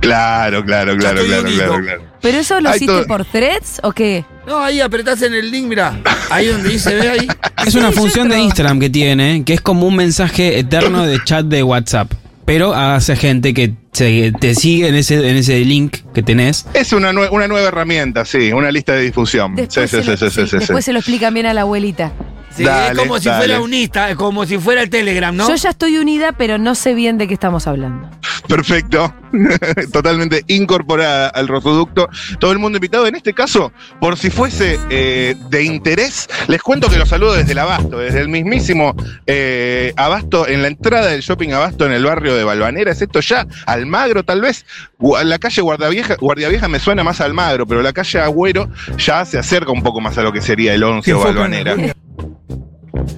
Speaker 3: Claro, claro,
Speaker 2: Ya
Speaker 3: claro,
Speaker 2: te digo,
Speaker 3: claro, claro,
Speaker 2: Nico.
Speaker 3: claro.
Speaker 1: ¿Pero eso lo
Speaker 3: Hay
Speaker 1: hiciste
Speaker 3: todo-
Speaker 1: por threads o qué?
Speaker 2: No, ahí apretás en el link, mirá. Ahí donde dice, ve ahí.
Speaker 4: Es una
Speaker 1: Sí, yo
Speaker 4: función de
Speaker 1: creo.
Speaker 4: Instagram que tiene, que es como un mensaje eterno de chat de WhatsApp. Pero hace gente que se- te sigue en ese, en ese link que tenés.
Speaker 3: Es una, nue- una nueva herramienta, sí, una lista de difusión. Sí,
Speaker 1: Después,
Speaker 3: sí,
Speaker 1: se,
Speaker 3: sí,
Speaker 1: lo,
Speaker 3: sí,
Speaker 1: sí,
Speaker 3: sí, sí,
Speaker 1: después se lo explican bien a la abuelita.
Speaker 2: Sí, es
Speaker 3: Dale,
Speaker 2: como si
Speaker 3: dale.
Speaker 2: fuera un Insta, es como si fuera el Telegram, ¿no?
Speaker 1: Yo ya estoy unida, pero no sé bien de qué estamos hablando.
Speaker 3: Perfecto. Totalmente incorporada al rosoducto. Todo el mundo invitado. En este caso, por si fuese eh, de interés, les cuento que los saludo desde el Abasto, desde el mismísimo eh, Abasto, en la entrada del shopping Abasto en el barrio de Balvanera. Es esto ya, Almagro tal vez. Gua- La calle Guardiavieja, Guardiavieja me suena más a Almagro, pero la calle Agüero ya se acerca un poco más a lo que sería el 11 o Balvanera.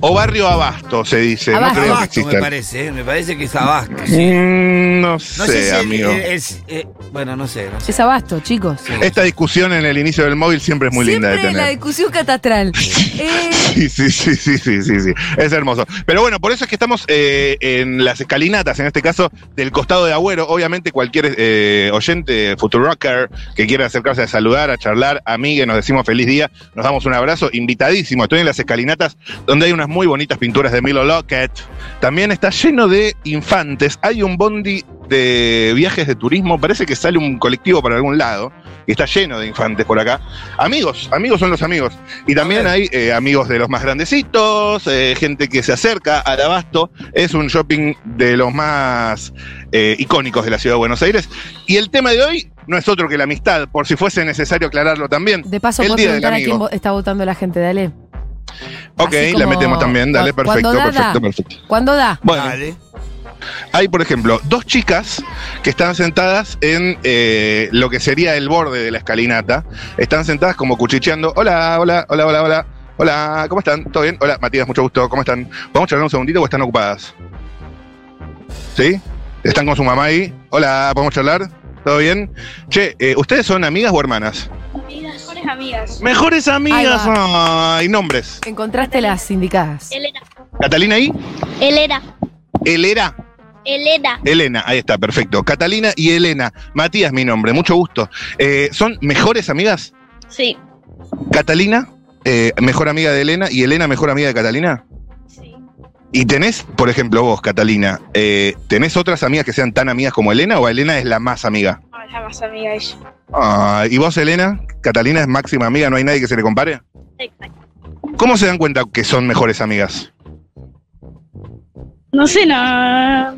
Speaker 3: O barrio Abasto se dice.
Speaker 1: Abasto.
Speaker 3: No creo que
Speaker 2: abasto, me
Speaker 3: exista.
Speaker 2: parece, ¿eh? me parece que es abasto.
Speaker 3: Mm, No sé,
Speaker 2: No sé, si el-
Speaker 3: amigo.
Speaker 2: eh, es, eh, bueno, no sé, no sé.
Speaker 1: Es abasto, chicos.
Speaker 3: Esta discusión en el inicio del móvil siempre es muy
Speaker 1: Siempre
Speaker 3: linda de
Speaker 1: Eh, la
Speaker 3: tener.
Speaker 1: discusión catastral. Eh,
Speaker 3: Sí, sí, sí, sí, sí, sí, sí. Es hermoso. Pero bueno, por eso es que estamos eh, en las escalinatas, en este caso, del costado de Agüero. Obviamente, cualquier eh, oyente, Futurocker, que quiera acercarse a saludar, a charlar, amigue, nos decimos feliz día, nos damos un abrazo, invitadísimo. Estoy en las escalinatas donde hay unas muy bonitas pinturas de Milo Lockett. También está lleno de infantes. Hay un bondi de viajes de turismo. Parece que sale un colectivo para algún lado. Y está lleno de infantes por acá. Amigos, amigos son los amigos. Y también hay eh, amigos de los más grandecitos, eh, gente que se acerca al abasto. Es un shopping de los más eh, icónicos de la ciudad de Buenos Aires. Y el tema de hoy no es otro que la amistad, por si fuese necesario aclararlo también.
Speaker 1: de paso,
Speaker 3: El
Speaker 1: por
Speaker 3: día del
Speaker 1: preguntar a quién
Speaker 3: amigo.
Speaker 1: vo- está votando la gente, dale.
Speaker 3: Ok,
Speaker 1: Así
Speaker 3: la
Speaker 1: como
Speaker 3: metemos también. Dale,
Speaker 1: cu-
Speaker 3: perfecto,
Speaker 1: cuando da,
Speaker 3: perfecto,
Speaker 1: da.
Speaker 3: perfecto.
Speaker 1: ¿Cuándo da?
Speaker 3: Bueno,
Speaker 2: Dale.
Speaker 3: hay, por ejemplo, dos chicas que están sentadas en eh, lo que sería el borde de la escalinata. Están sentadas como cuchicheando. Hola, hola, hola, hola, hola. Hola, ¿cómo están? ¿Todo bien? Hola, Matías, mucho gusto. ¿Cómo están? ¿Vamos a charlar un segundito o están ocupadas? ¿Sí? ¿Están con su mamá ahí? Hola, ¿podemos charlar? ¿Todo bien? Che, eh, ¿ustedes son amigas o hermanas?
Speaker 6: Mejores amigas.
Speaker 3: Mejores amigas.
Speaker 1: Ahí
Speaker 3: Ay, nombres.
Speaker 1: Encontraste las indicadas.
Speaker 6: Elena.
Speaker 3: ¿Catalina ahí?
Speaker 6: Elena.
Speaker 3: Elera.
Speaker 6: Elena.
Speaker 3: Elena, ahí está, perfecto. Catalina y Elena. Matías, mi nombre, mucho gusto. Eh, ¿Son mejores amigas?
Speaker 6: Sí.
Speaker 3: Catalina, eh, mejor amiga de Elena, y Elena, mejor amiga de Catalina.
Speaker 6: Sí.
Speaker 3: Y tenés, por ejemplo, vos, Catalina, eh, ¿tenés otras amigas que sean tan amigas como Elena o Elena es la más amiga?
Speaker 6: No, Ah, es la más amiga de ella.
Speaker 3: Ah, ¿Y vos, Elena? ¿Catalina es máxima amiga? ¿No hay nadie que se le compare?
Speaker 6: Exacto.
Speaker 3: ¿Cómo se dan cuenta que son mejores amigas?
Speaker 6: No sé, no.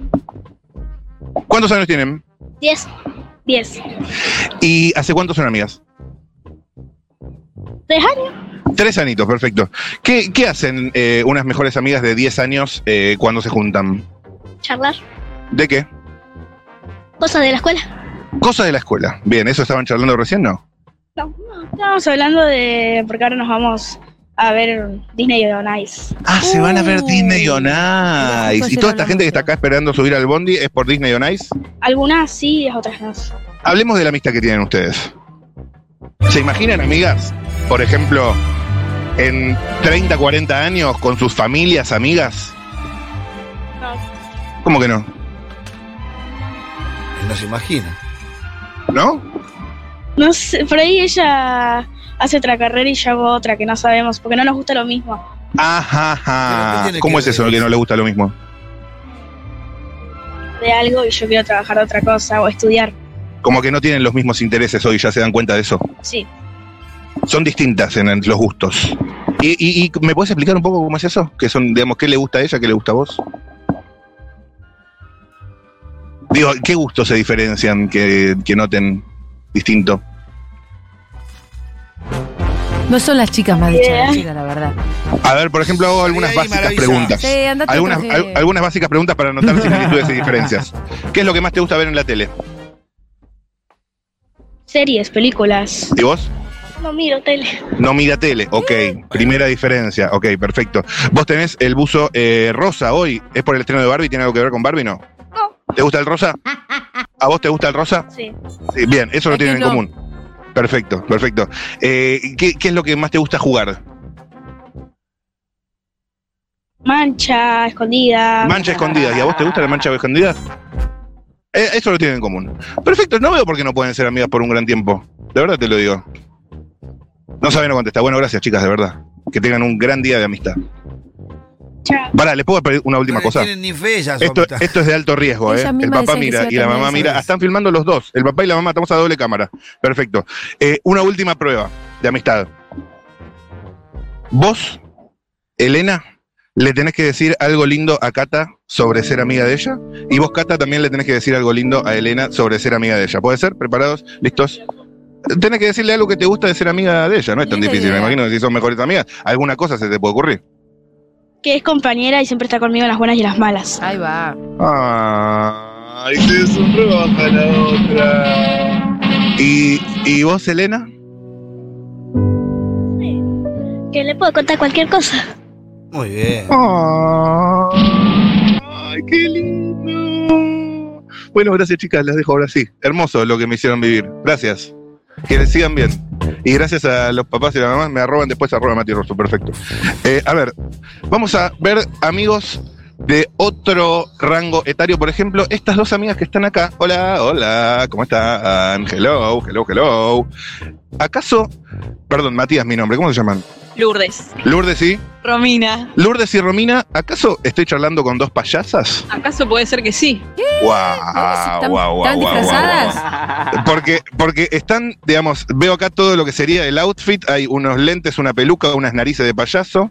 Speaker 3: ¿Cuántos años tienen?
Speaker 6: Diez. Diez.
Speaker 3: ¿Y hace cuántos son amigas?
Speaker 6: Tres años.
Speaker 3: Tres anitos, perfecto. ¿Qué, qué hacen eh, unas mejores amigas de 10 años eh, cuando se juntan?
Speaker 6: Charlar.
Speaker 3: ¿De qué?
Speaker 6: Cosas de la escuela.
Speaker 3: Cosas de la escuela. Bien, ¿eso estaban charlando recién? No.
Speaker 6: No, no, estábamos hablando de. Porque ahora nos vamos a ver Disney on Ice.
Speaker 3: Ah,
Speaker 1: se van a ver Uh. Disney on Mira, justo
Speaker 3: Ice. Y
Speaker 1: ayer
Speaker 3: toda esta
Speaker 1: hablamos
Speaker 3: gente
Speaker 1: de
Speaker 3: que está
Speaker 1: eso.
Speaker 3: acá esperando subir al bondi es por Disney on Ice.
Speaker 6: Algunas sí, las otras no.
Speaker 3: Hablemos de la amistad que tienen ustedes. ¿Se imaginan, amigas? Por ejemplo, en 30, 40 años con sus familias, amigas.
Speaker 6: No.
Speaker 3: ¿Cómo que no?
Speaker 2: No se imagina.
Speaker 3: ¿No?
Speaker 6: No sé, por ahí ella hace otra carrera y yo hago otra que no sabemos porque no nos gusta lo mismo.
Speaker 3: Ajá,
Speaker 2: Pero, ¿qué
Speaker 3: ajá.
Speaker 2: tiene
Speaker 3: ¿Cómo
Speaker 2: que
Speaker 3: es eso
Speaker 2: ver?
Speaker 3: que no le gusta lo mismo?
Speaker 6: De algo y yo quiero trabajar de otra cosa o estudiar.
Speaker 3: Como que no tienen los mismos intereses hoy, ya se dan cuenta de eso.
Speaker 6: Sí.
Speaker 3: son distintas en en los gustos. Y, y- y me puedes explicar un poco cómo es eso? Que son, digamos, qué le gusta a ella, qué le gusta a vos. Digo, ¿qué gustos se diferencian que, que noten distinto?
Speaker 1: No son las chicas más
Speaker 6: Bien.
Speaker 1: dichas, la verdad.
Speaker 3: A ver, por ejemplo, hago algunas
Speaker 2: Ahí,
Speaker 3: básicas
Speaker 2: maravilla.
Speaker 3: preguntas.
Speaker 1: Sí, andate
Speaker 3: Algunas,
Speaker 1: con-
Speaker 3: al- algunas básicas preguntas para notar similitudes y diferencias. ¿Qué es lo que más te gusta ver en la tele?
Speaker 6: Series, películas.
Speaker 3: ¿Y vos?
Speaker 6: No miro tele.
Speaker 3: No mira tele, ok. Primera diferencia, ok, perfecto. Vos tenés el buzo eh, rosa hoy, ¿es por el estreno de Barbie? ¿Tiene algo que ver con Barbie? No. ¿Te gusta el rosa? ¿A vos te gusta el rosa?
Speaker 6: Sí.
Speaker 3: Sí, bien, eso lo
Speaker 1: Aquí
Speaker 3: tienen
Speaker 1: no.
Speaker 3: en común. Perfecto, perfecto. Eh, ¿qué, qué es lo que más te gusta jugar?
Speaker 6: Mancha, escondida.
Speaker 3: Mancha escondida. ¿Y a vos te gusta la mancha escondida? Eh, eso lo tienen en común. Perfecto, no veo por qué no pueden ser amigas por un gran tiempo. De verdad te lo digo. No saben no contestar. Bueno, gracias, chicas, de verdad. Que tengan un gran día de amistad.
Speaker 6: Chao.
Speaker 3: Pará, ¿les puedo pedir una última
Speaker 2: no le
Speaker 3: cosa?
Speaker 2: tienen ni fe ya su
Speaker 3: Esto,
Speaker 2: amistad.
Speaker 3: esto es de alto riesgo, ¿eh?
Speaker 1: Ella
Speaker 3: El
Speaker 1: misma
Speaker 3: papá
Speaker 1: decía que
Speaker 3: mira
Speaker 1: se
Speaker 3: y
Speaker 1: iba
Speaker 3: la
Speaker 1: a
Speaker 3: mamá
Speaker 1: tomar
Speaker 3: mira. Ah,
Speaker 1: esas.
Speaker 3: Están filmando los dos. El papá y la mamá estamos a doble cámara. Perfecto. Eh, una última prueba de amistad. Vos, Elena, le tenés que decir algo lindo a Cata sobre ser amiga de ella. Y vos, Cata, también le tenés que decir algo lindo a Elena sobre ser amiga de ella. ¿Puede ser? ¿Preparados? ¿Listos? Tenés que decirle algo que te gusta de ser amiga de ella. No es tan
Speaker 1: Linda
Speaker 3: difícil. Me
Speaker 1: idea.
Speaker 3: imagino que si son mejores amigas, alguna cosa se te puede ocurrir.
Speaker 6: Que es compañera y siempre está conmigo en las buenas y en las malas.
Speaker 1: Ahí va.
Speaker 3: Ay,
Speaker 5: Este es un rebaja la otra.
Speaker 3: ¿Y, ¿Y vos, Elena?
Speaker 6: Que le puedo contar cualquier cosa.
Speaker 2: Muy bien.
Speaker 3: Ah. Ay, qué lindo. Bueno, gracias, chicas. Las dejo ahora sí. Hermoso lo que me hicieron vivir. Gracias. Que les sigan bien. Y gracias a los papás y las mamás. Me arroban después, arroba Mati Rosso. Perfecto. Eh, a ver, vamos a ver amigos de otro rango etario. Por ejemplo, estas dos amigas que están acá. Hola, hola. ¿Cómo están? Hello, hello, hello. ¿Acaso... Perdón, Matías, mi nombre. ¿Cómo se llaman?
Speaker 7: Lourdes.
Speaker 3: Lourdes, sí.
Speaker 7: Romina.
Speaker 3: Lourdes y Romina, ¿acaso estoy charlando con dos payasas?
Speaker 7: ¿Acaso puede ser que sí?
Speaker 1: ¿Están,
Speaker 3: ¡Guau! ¡Guau, guau,
Speaker 1: están
Speaker 3: guau,
Speaker 1: disfrazadas?
Speaker 3: guau, guau. Porque, porque están, digamos, veo acá todo lo que sería el outfit. Hay unos lentes, una peluca, unas narices de payaso,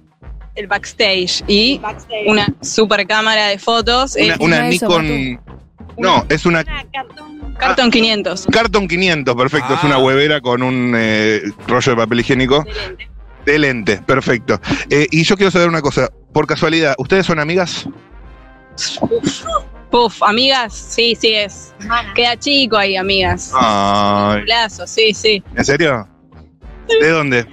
Speaker 7: El backstage y una super cámara de fotos.
Speaker 3: una,
Speaker 7: el
Speaker 3: una
Speaker 1: Mira eso,
Speaker 3: Nikon. No, es una
Speaker 7: Carton 500.
Speaker 3: Carton 500, perfecto. Es una
Speaker 2: Ah.
Speaker 3: huevera con un eh, rollo de papel higiénico. De lentes, perfecto. Eh, y yo quiero saber una cosa. Por casualidad, ¿ustedes son amigas?
Speaker 7: Puf, amigas, sí, sí es. Queda chico ahí, amigas.
Speaker 3: Ay,
Speaker 7: Lazo, sí, sí.
Speaker 3: ¿En serio? ¿De dónde?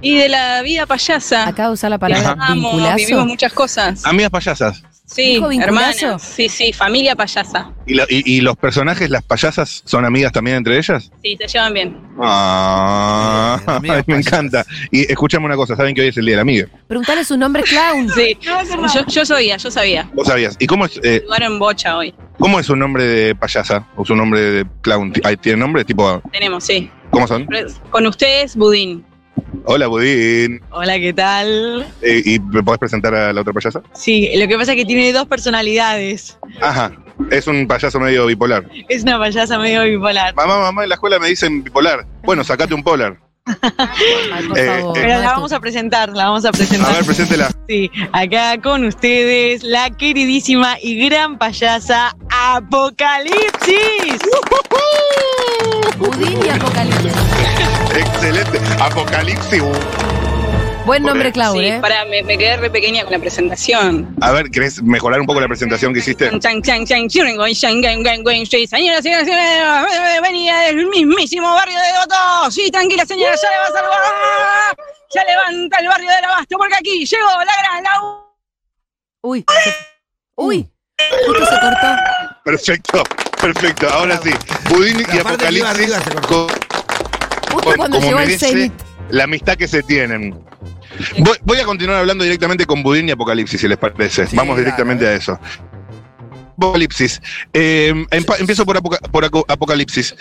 Speaker 7: Y de la vida payasa.
Speaker 1: Acá usa la
Speaker 7: Nos
Speaker 1: palabra
Speaker 7: amamos, vivimos
Speaker 1: vinculazo.
Speaker 7: muchas cosas.
Speaker 3: Amigas payasas.
Speaker 7: Sí,
Speaker 1: ¿Dijo vinculazo?
Speaker 7: hermanas. Sí, sí, familia payasa.
Speaker 3: ¿Y, la- y- y los personajes, las payasas, son amigas también entre ellas?
Speaker 7: Sí, se llevan bien.
Speaker 3: Ah,
Speaker 2: Bien, amigas
Speaker 3: ay, me
Speaker 2: payasas.
Speaker 3: encanta. Y escuchame una cosa, saben que hoy es el Día de la Amiga.
Speaker 1: Preguntale su nombre, clown.
Speaker 7: Sí, yo, yo sabía, yo sabía.
Speaker 3: Vos sabías. ¿Y cómo es, eh,
Speaker 7: Jugar en bocha hoy.
Speaker 3: cómo es su nombre de payasa o su nombre de clown? Ti- ay, ¿Tiene nombre? Tipo,
Speaker 7: Tenemos, sí.
Speaker 3: ¿cómo son?
Speaker 7: Con ustedes, Budín.
Speaker 3: Hola, Budín.
Speaker 8: Hola, ¿qué tal?
Speaker 3: Eh, ¿Y me podés presentar a la otra payasa?
Speaker 8: Sí, lo que pasa es que tiene dos personalidades.
Speaker 3: Ajá. Es un payaso medio bipolar.
Speaker 8: Es una payasa medio bipolar.
Speaker 3: Mamá, mamá, en la escuela me dicen bipolar. Bueno, sacate un polar.
Speaker 1: Ay, por
Speaker 3: Eh,
Speaker 1: favor.
Speaker 3: eh.
Speaker 8: Pero la
Speaker 1: maestro.
Speaker 8: vamos a presentar, la vamos a
Speaker 3: A
Speaker 8: presentar.
Speaker 3: ver, preséntela.
Speaker 8: Sí, acá con ustedes, la queridísima y gran payasa Apocalipsis.
Speaker 1: Budín y Apocalipsis.
Speaker 3: Excelente. Apocalipsis.
Speaker 1: Buen nombre, clown,
Speaker 7: sí,
Speaker 1: ¿eh?
Speaker 7: pará, me, me quedé re pequeña con la presentación.
Speaker 3: A ver, ¿querés mejorar un poco la presentación que hiciste?
Speaker 7: Chan, chan, chan, chirrin, goin, chan, gan, gan, goin, sí, Señoras, señoras, señores, venía del mismísimo barrio de Devoto. Sí, tranquila, señora, ya le va a salvar. Ya levanta el barrio del Abasto, porque aquí llegó la gran, la u-
Speaker 1: Uy. Uy. Justo se cortó.
Speaker 3: Perfecto, perfecto. Ahora sí, Budín
Speaker 2: La
Speaker 3: y
Speaker 2: parte que iba
Speaker 3: Apocalipsis
Speaker 2: arriba se
Speaker 3: co-
Speaker 1: Justo
Speaker 3: co-
Speaker 1: cuando
Speaker 3: como
Speaker 1: llegó el
Speaker 3: merece
Speaker 1: Zenit.
Speaker 3: la amistad que se tienen. Voy, voy a continuar hablando directamente con Budín y Apocalipsis, si les parece.
Speaker 2: Sí,
Speaker 3: Vamos
Speaker 2: dale.
Speaker 3: directamente a eso. Apocalipsis. Eh, empa- empiezo por, Apoca- por Aco- Apocalipsis.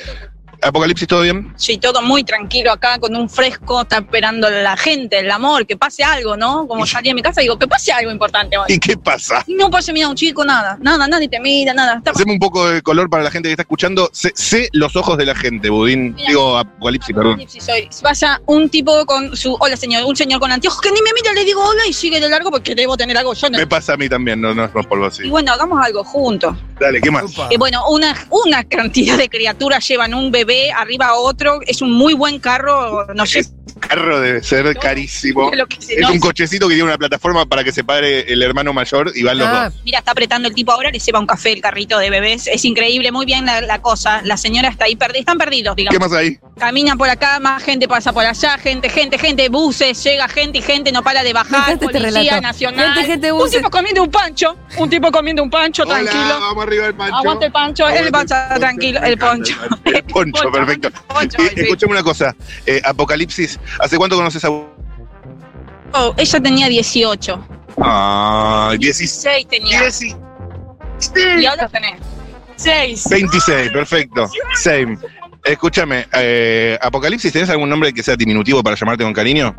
Speaker 3: Apocalipsis, ¿todo bien?
Speaker 7: Sí, todo muy tranquilo acá, con un fresco, está esperando la gente, el amor, que pase algo, ¿no? Como salí de mi casa, digo, que pase algo importante hoy.
Speaker 3: ¿Y qué pasa?
Speaker 7: No pase mira un chico, nada, nada, nadie te mira, nada. Está
Speaker 3: Hacemos un poco de color para la gente que está escuchando. Sé, sé los ojos de la gente, Budín. Digo, Apocalipsis, perdón.
Speaker 7: Apocalipsis hoy. Pasa un tipo con su. Hola, señor. Un señor con anteojos que ni me mira, le digo hola y sigue de largo porque debo tener algo yo. no-
Speaker 3: Me pasa a mí también, no, no es por polvo
Speaker 7: Y
Speaker 3: así.
Speaker 7: bueno, hagamos algo juntos.
Speaker 3: Dale, ¿qué más?
Speaker 2: Opa.
Speaker 7: Y bueno, una, una cantidad de criaturas llevan un bebé arriba a otro. Es un muy buen carro. No sé
Speaker 3: Carro debe ser carísimo.
Speaker 7: lo que se.
Speaker 3: Es
Speaker 7: no,
Speaker 3: un cochecito que tiene una plataforma para que se pare el hermano mayor y van los
Speaker 1: Ah,
Speaker 3: dos.
Speaker 7: Mira, está apretando el tipo ahora, le lleva un café el carrito de bebés. Es increíble, muy bien la, la cosa. La señora está ahí perdida. Están perdidos, digamos.
Speaker 3: ¿Qué más hay?
Speaker 7: Camina por acá, más gente pasa por allá, gente, gente, gente, buses, llega gente y gente no para de
Speaker 1: Me
Speaker 7: bajar,
Speaker 1: encanta este
Speaker 7: policía
Speaker 1: relato.
Speaker 7: nacional.
Speaker 1: Gente, gente,
Speaker 7: un
Speaker 1: buses.
Speaker 7: tipo comiendo un pancho, un tipo comiendo un pancho,
Speaker 3: Hola,
Speaker 7: tranquilo.
Speaker 3: vamos arriba del pancho.
Speaker 7: Aguanta el pancho,
Speaker 3: Aguante
Speaker 7: el pancho,
Speaker 3: poncho,
Speaker 7: tranquilo,
Speaker 3: me
Speaker 7: el
Speaker 3: encanta,
Speaker 7: poncho.
Speaker 3: El poncho, perfecto.
Speaker 7: Poncho,
Speaker 3: Y
Speaker 7: ay, sí.
Speaker 3: escuchame una cosa, eh, Apocalipsis, ¿hace cuánto conoces a...
Speaker 7: Oh, ella tenía 18,
Speaker 3: Ah, 16.
Speaker 7: 16 tenía.
Speaker 3: 16.
Speaker 7: Y ahora tenés.
Speaker 6: Seis.
Speaker 3: 26, perfecto. Same. Escúchame, eh, Apocalipsis, ¿tenés algún nombre que sea diminutivo para llamarte con cariño?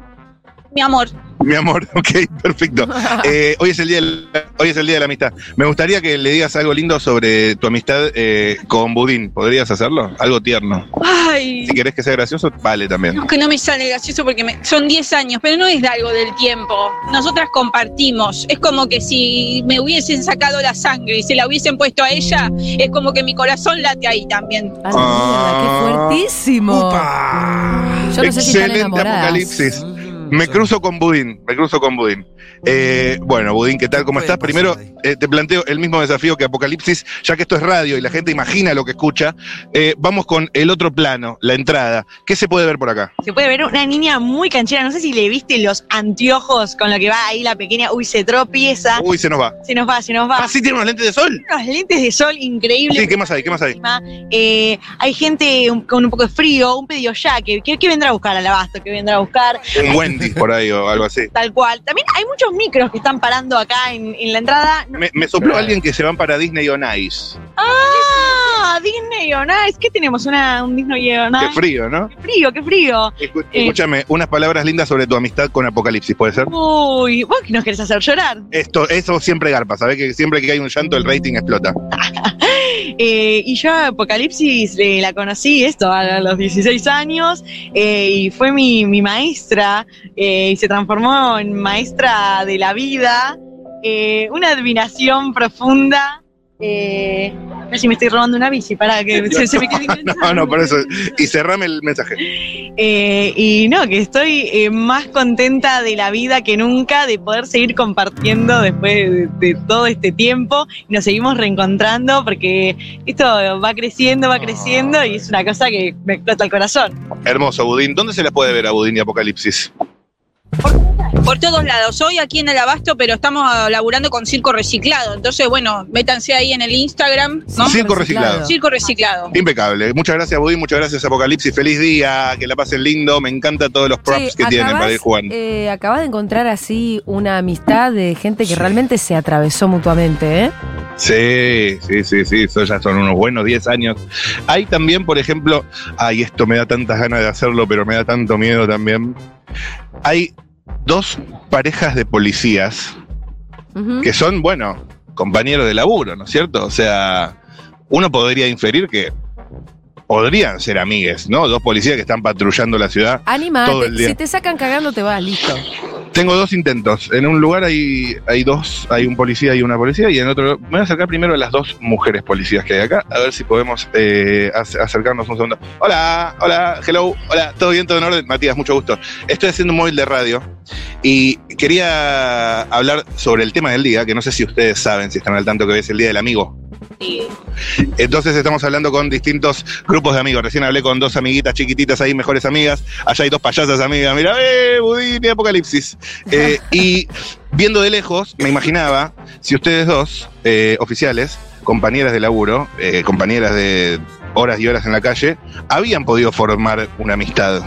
Speaker 6: Mi amor.
Speaker 3: Mi amor, ok, perfecto. Eh, hoy, es el día de la, hoy es el día de la amistad. Me gustaría que le digas algo lindo sobre tu amistad eh, con Budín. ¿Podrías hacerlo? Algo tierno.
Speaker 6: Ay.
Speaker 3: Si querés que sea gracioso, vale también.
Speaker 6: No, que no me sale gracioso porque me- son 10 años, pero no es de algo del tiempo. Nosotras compartimos. Es como que si me hubiesen sacado la sangre y se la hubiesen puesto a ella, es como que mi corazón late ahí también.
Speaker 1: A la Ah,
Speaker 3: Ah.
Speaker 1: mierda, ¡Qué fuertísimo!
Speaker 2: ¡Upa!
Speaker 1: Yo no sé si están
Speaker 3: Excelente
Speaker 1: enamoradas.
Speaker 3: apocalipsis.
Speaker 2: Mm.
Speaker 3: Me cruzo con Budín, me cruzo con Budín. Eh, bueno, Budín, ¿qué tal? ¿Cómo
Speaker 2: Puede
Speaker 3: estás?
Speaker 2: pasar
Speaker 3: Primero,
Speaker 2: ahí.
Speaker 3: eh, te planteo el mismo desafío que Apocalipsis, ya que esto es radio y la gente imagina lo que escucha. Eh, vamos con el otro plano, la entrada. ¿Qué se puede ver por acá?
Speaker 8: Se puede ver una niña muy canchera. No sé si le viste los anteojos con lo que va ahí la pequeña. Uy, se tropieza.
Speaker 3: Uy, se nos va.
Speaker 8: Se nos va, se nos va.
Speaker 3: Ah, sí, tiene unos lentes de sol.
Speaker 8: Unos lentes de sol increíbles.
Speaker 3: Sí, ¿qué más hay? ¿Qué más hay?
Speaker 8: Encima, eh, hay gente un- con un poco de frío, un pedido ya, que, que, que vendrá a buscar al abasto, que vendrá a buscar
Speaker 3: Un Wendy por ahí o algo así.
Speaker 8: tal cual. También hay muchos micros que están parando acá en, en la entrada.
Speaker 3: Me, me sopló alguien que se van para Disney on Ice.
Speaker 8: ¡Ah! Disney on Ice. ¿Qué tenemos? Una, un Disney on
Speaker 3: Qué
Speaker 8: Ice.
Speaker 3: frío, ¿no?
Speaker 8: Qué frío, qué frío.
Speaker 3: Escu- Escúchame, unas palabras lindas sobre tu amistad con Apocalipsis, ¿puede ser?
Speaker 8: Eh, Uy, vos que nos querés hacer llorar.
Speaker 3: Esto, eso siempre garpa, ¿sabes? Que siempre que hay un llanto el rating explota.
Speaker 8: Eh, y yo a Apocalipsis eh, la conocí esto a los 16 años eh, y fue mi, mi maestra eh, y se transformó en maestra de la vida, eh, una admiración profunda. eh, a ver si me estoy robando una bici, para que se, se me quede
Speaker 3: No, no, por eso. Y cerrame el mensaje.
Speaker 8: Eh, y no, que estoy eh, más contenta de la vida que nunca, de poder seguir compartiendo después de, de todo este tiempo. Y nos seguimos reencontrando porque esto va creciendo, va creciendo y es una cosa que me explota el corazón.
Speaker 3: Hermoso, Budín. ¿Dónde se las puede ver a Budín y Apocalipsis?
Speaker 7: Por todos lados. Hoy aquí en el Abasto, pero estamos ah, laburando con Circo Reciclado. Entonces, bueno, métanse ahí en el Instagram, ¿no?
Speaker 3: Sí. Circo reciclado.
Speaker 7: Circo Reciclado.
Speaker 3: Impecable. Muchas gracias, Budín. Muchas gracias, Apocalipsis. Feliz día. Que la pasen lindo. Me encanta todos los props
Speaker 1: Che,
Speaker 3: que tienen
Speaker 1: acabás,
Speaker 3: para ir jugando.
Speaker 1: eh, acabás de encontrar así una amistad de gente que
Speaker 2: Sí.
Speaker 1: realmente se atravesó mutuamente, ¿eh?
Speaker 3: Sí, sí, sí, sí. Eso ya son unos buenos 10 años. Hay también, por ejemplo, ay, esto me da tantas ganas de hacerlo, pero me da tanto miedo también. Hay dos parejas de policías
Speaker 1: Ujú.
Speaker 3: que son, bueno, compañeros de laburo, ¿no es cierto? O sea, uno podría inferir que podrían ser amigues, ¿no? Dos policías que están patrullando la ciudad. todo
Speaker 1: Animate,
Speaker 3: el día.
Speaker 1: si te sacan cagando te vas, listo.
Speaker 3: Tengo dos intentos. En un lugar hay, hay dos, hay un policía y una policía, y en otro... Me voy a acercar primero a las dos mujeres policías que hay acá, a ver si podemos eh, ac- acercarnos un segundo. Hola, hola, hello, hola, ¿todo bien, todo en orden? Matías, mucho gusto. Estoy haciendo un móvil de radio y quería hablar sobre el tema del día, que no sé si ustedes saben, si están al tanto que hoy es el Día del Amigo. Entonces estamos hablando con distintos grupos de amigos. Recién hablé con dos amiguitas chiquititas ahí, mejores amigas. Allá hay dos payasas amigas. Mira, ¡eh! Budín y Apocalipsis. Eh, y viendo de lejos, me imaginaba si ustedes dos, eh, oficiales, compañeras de laburo, eh, compañeras de horas y horas en la calle, habían podido formar una amistad.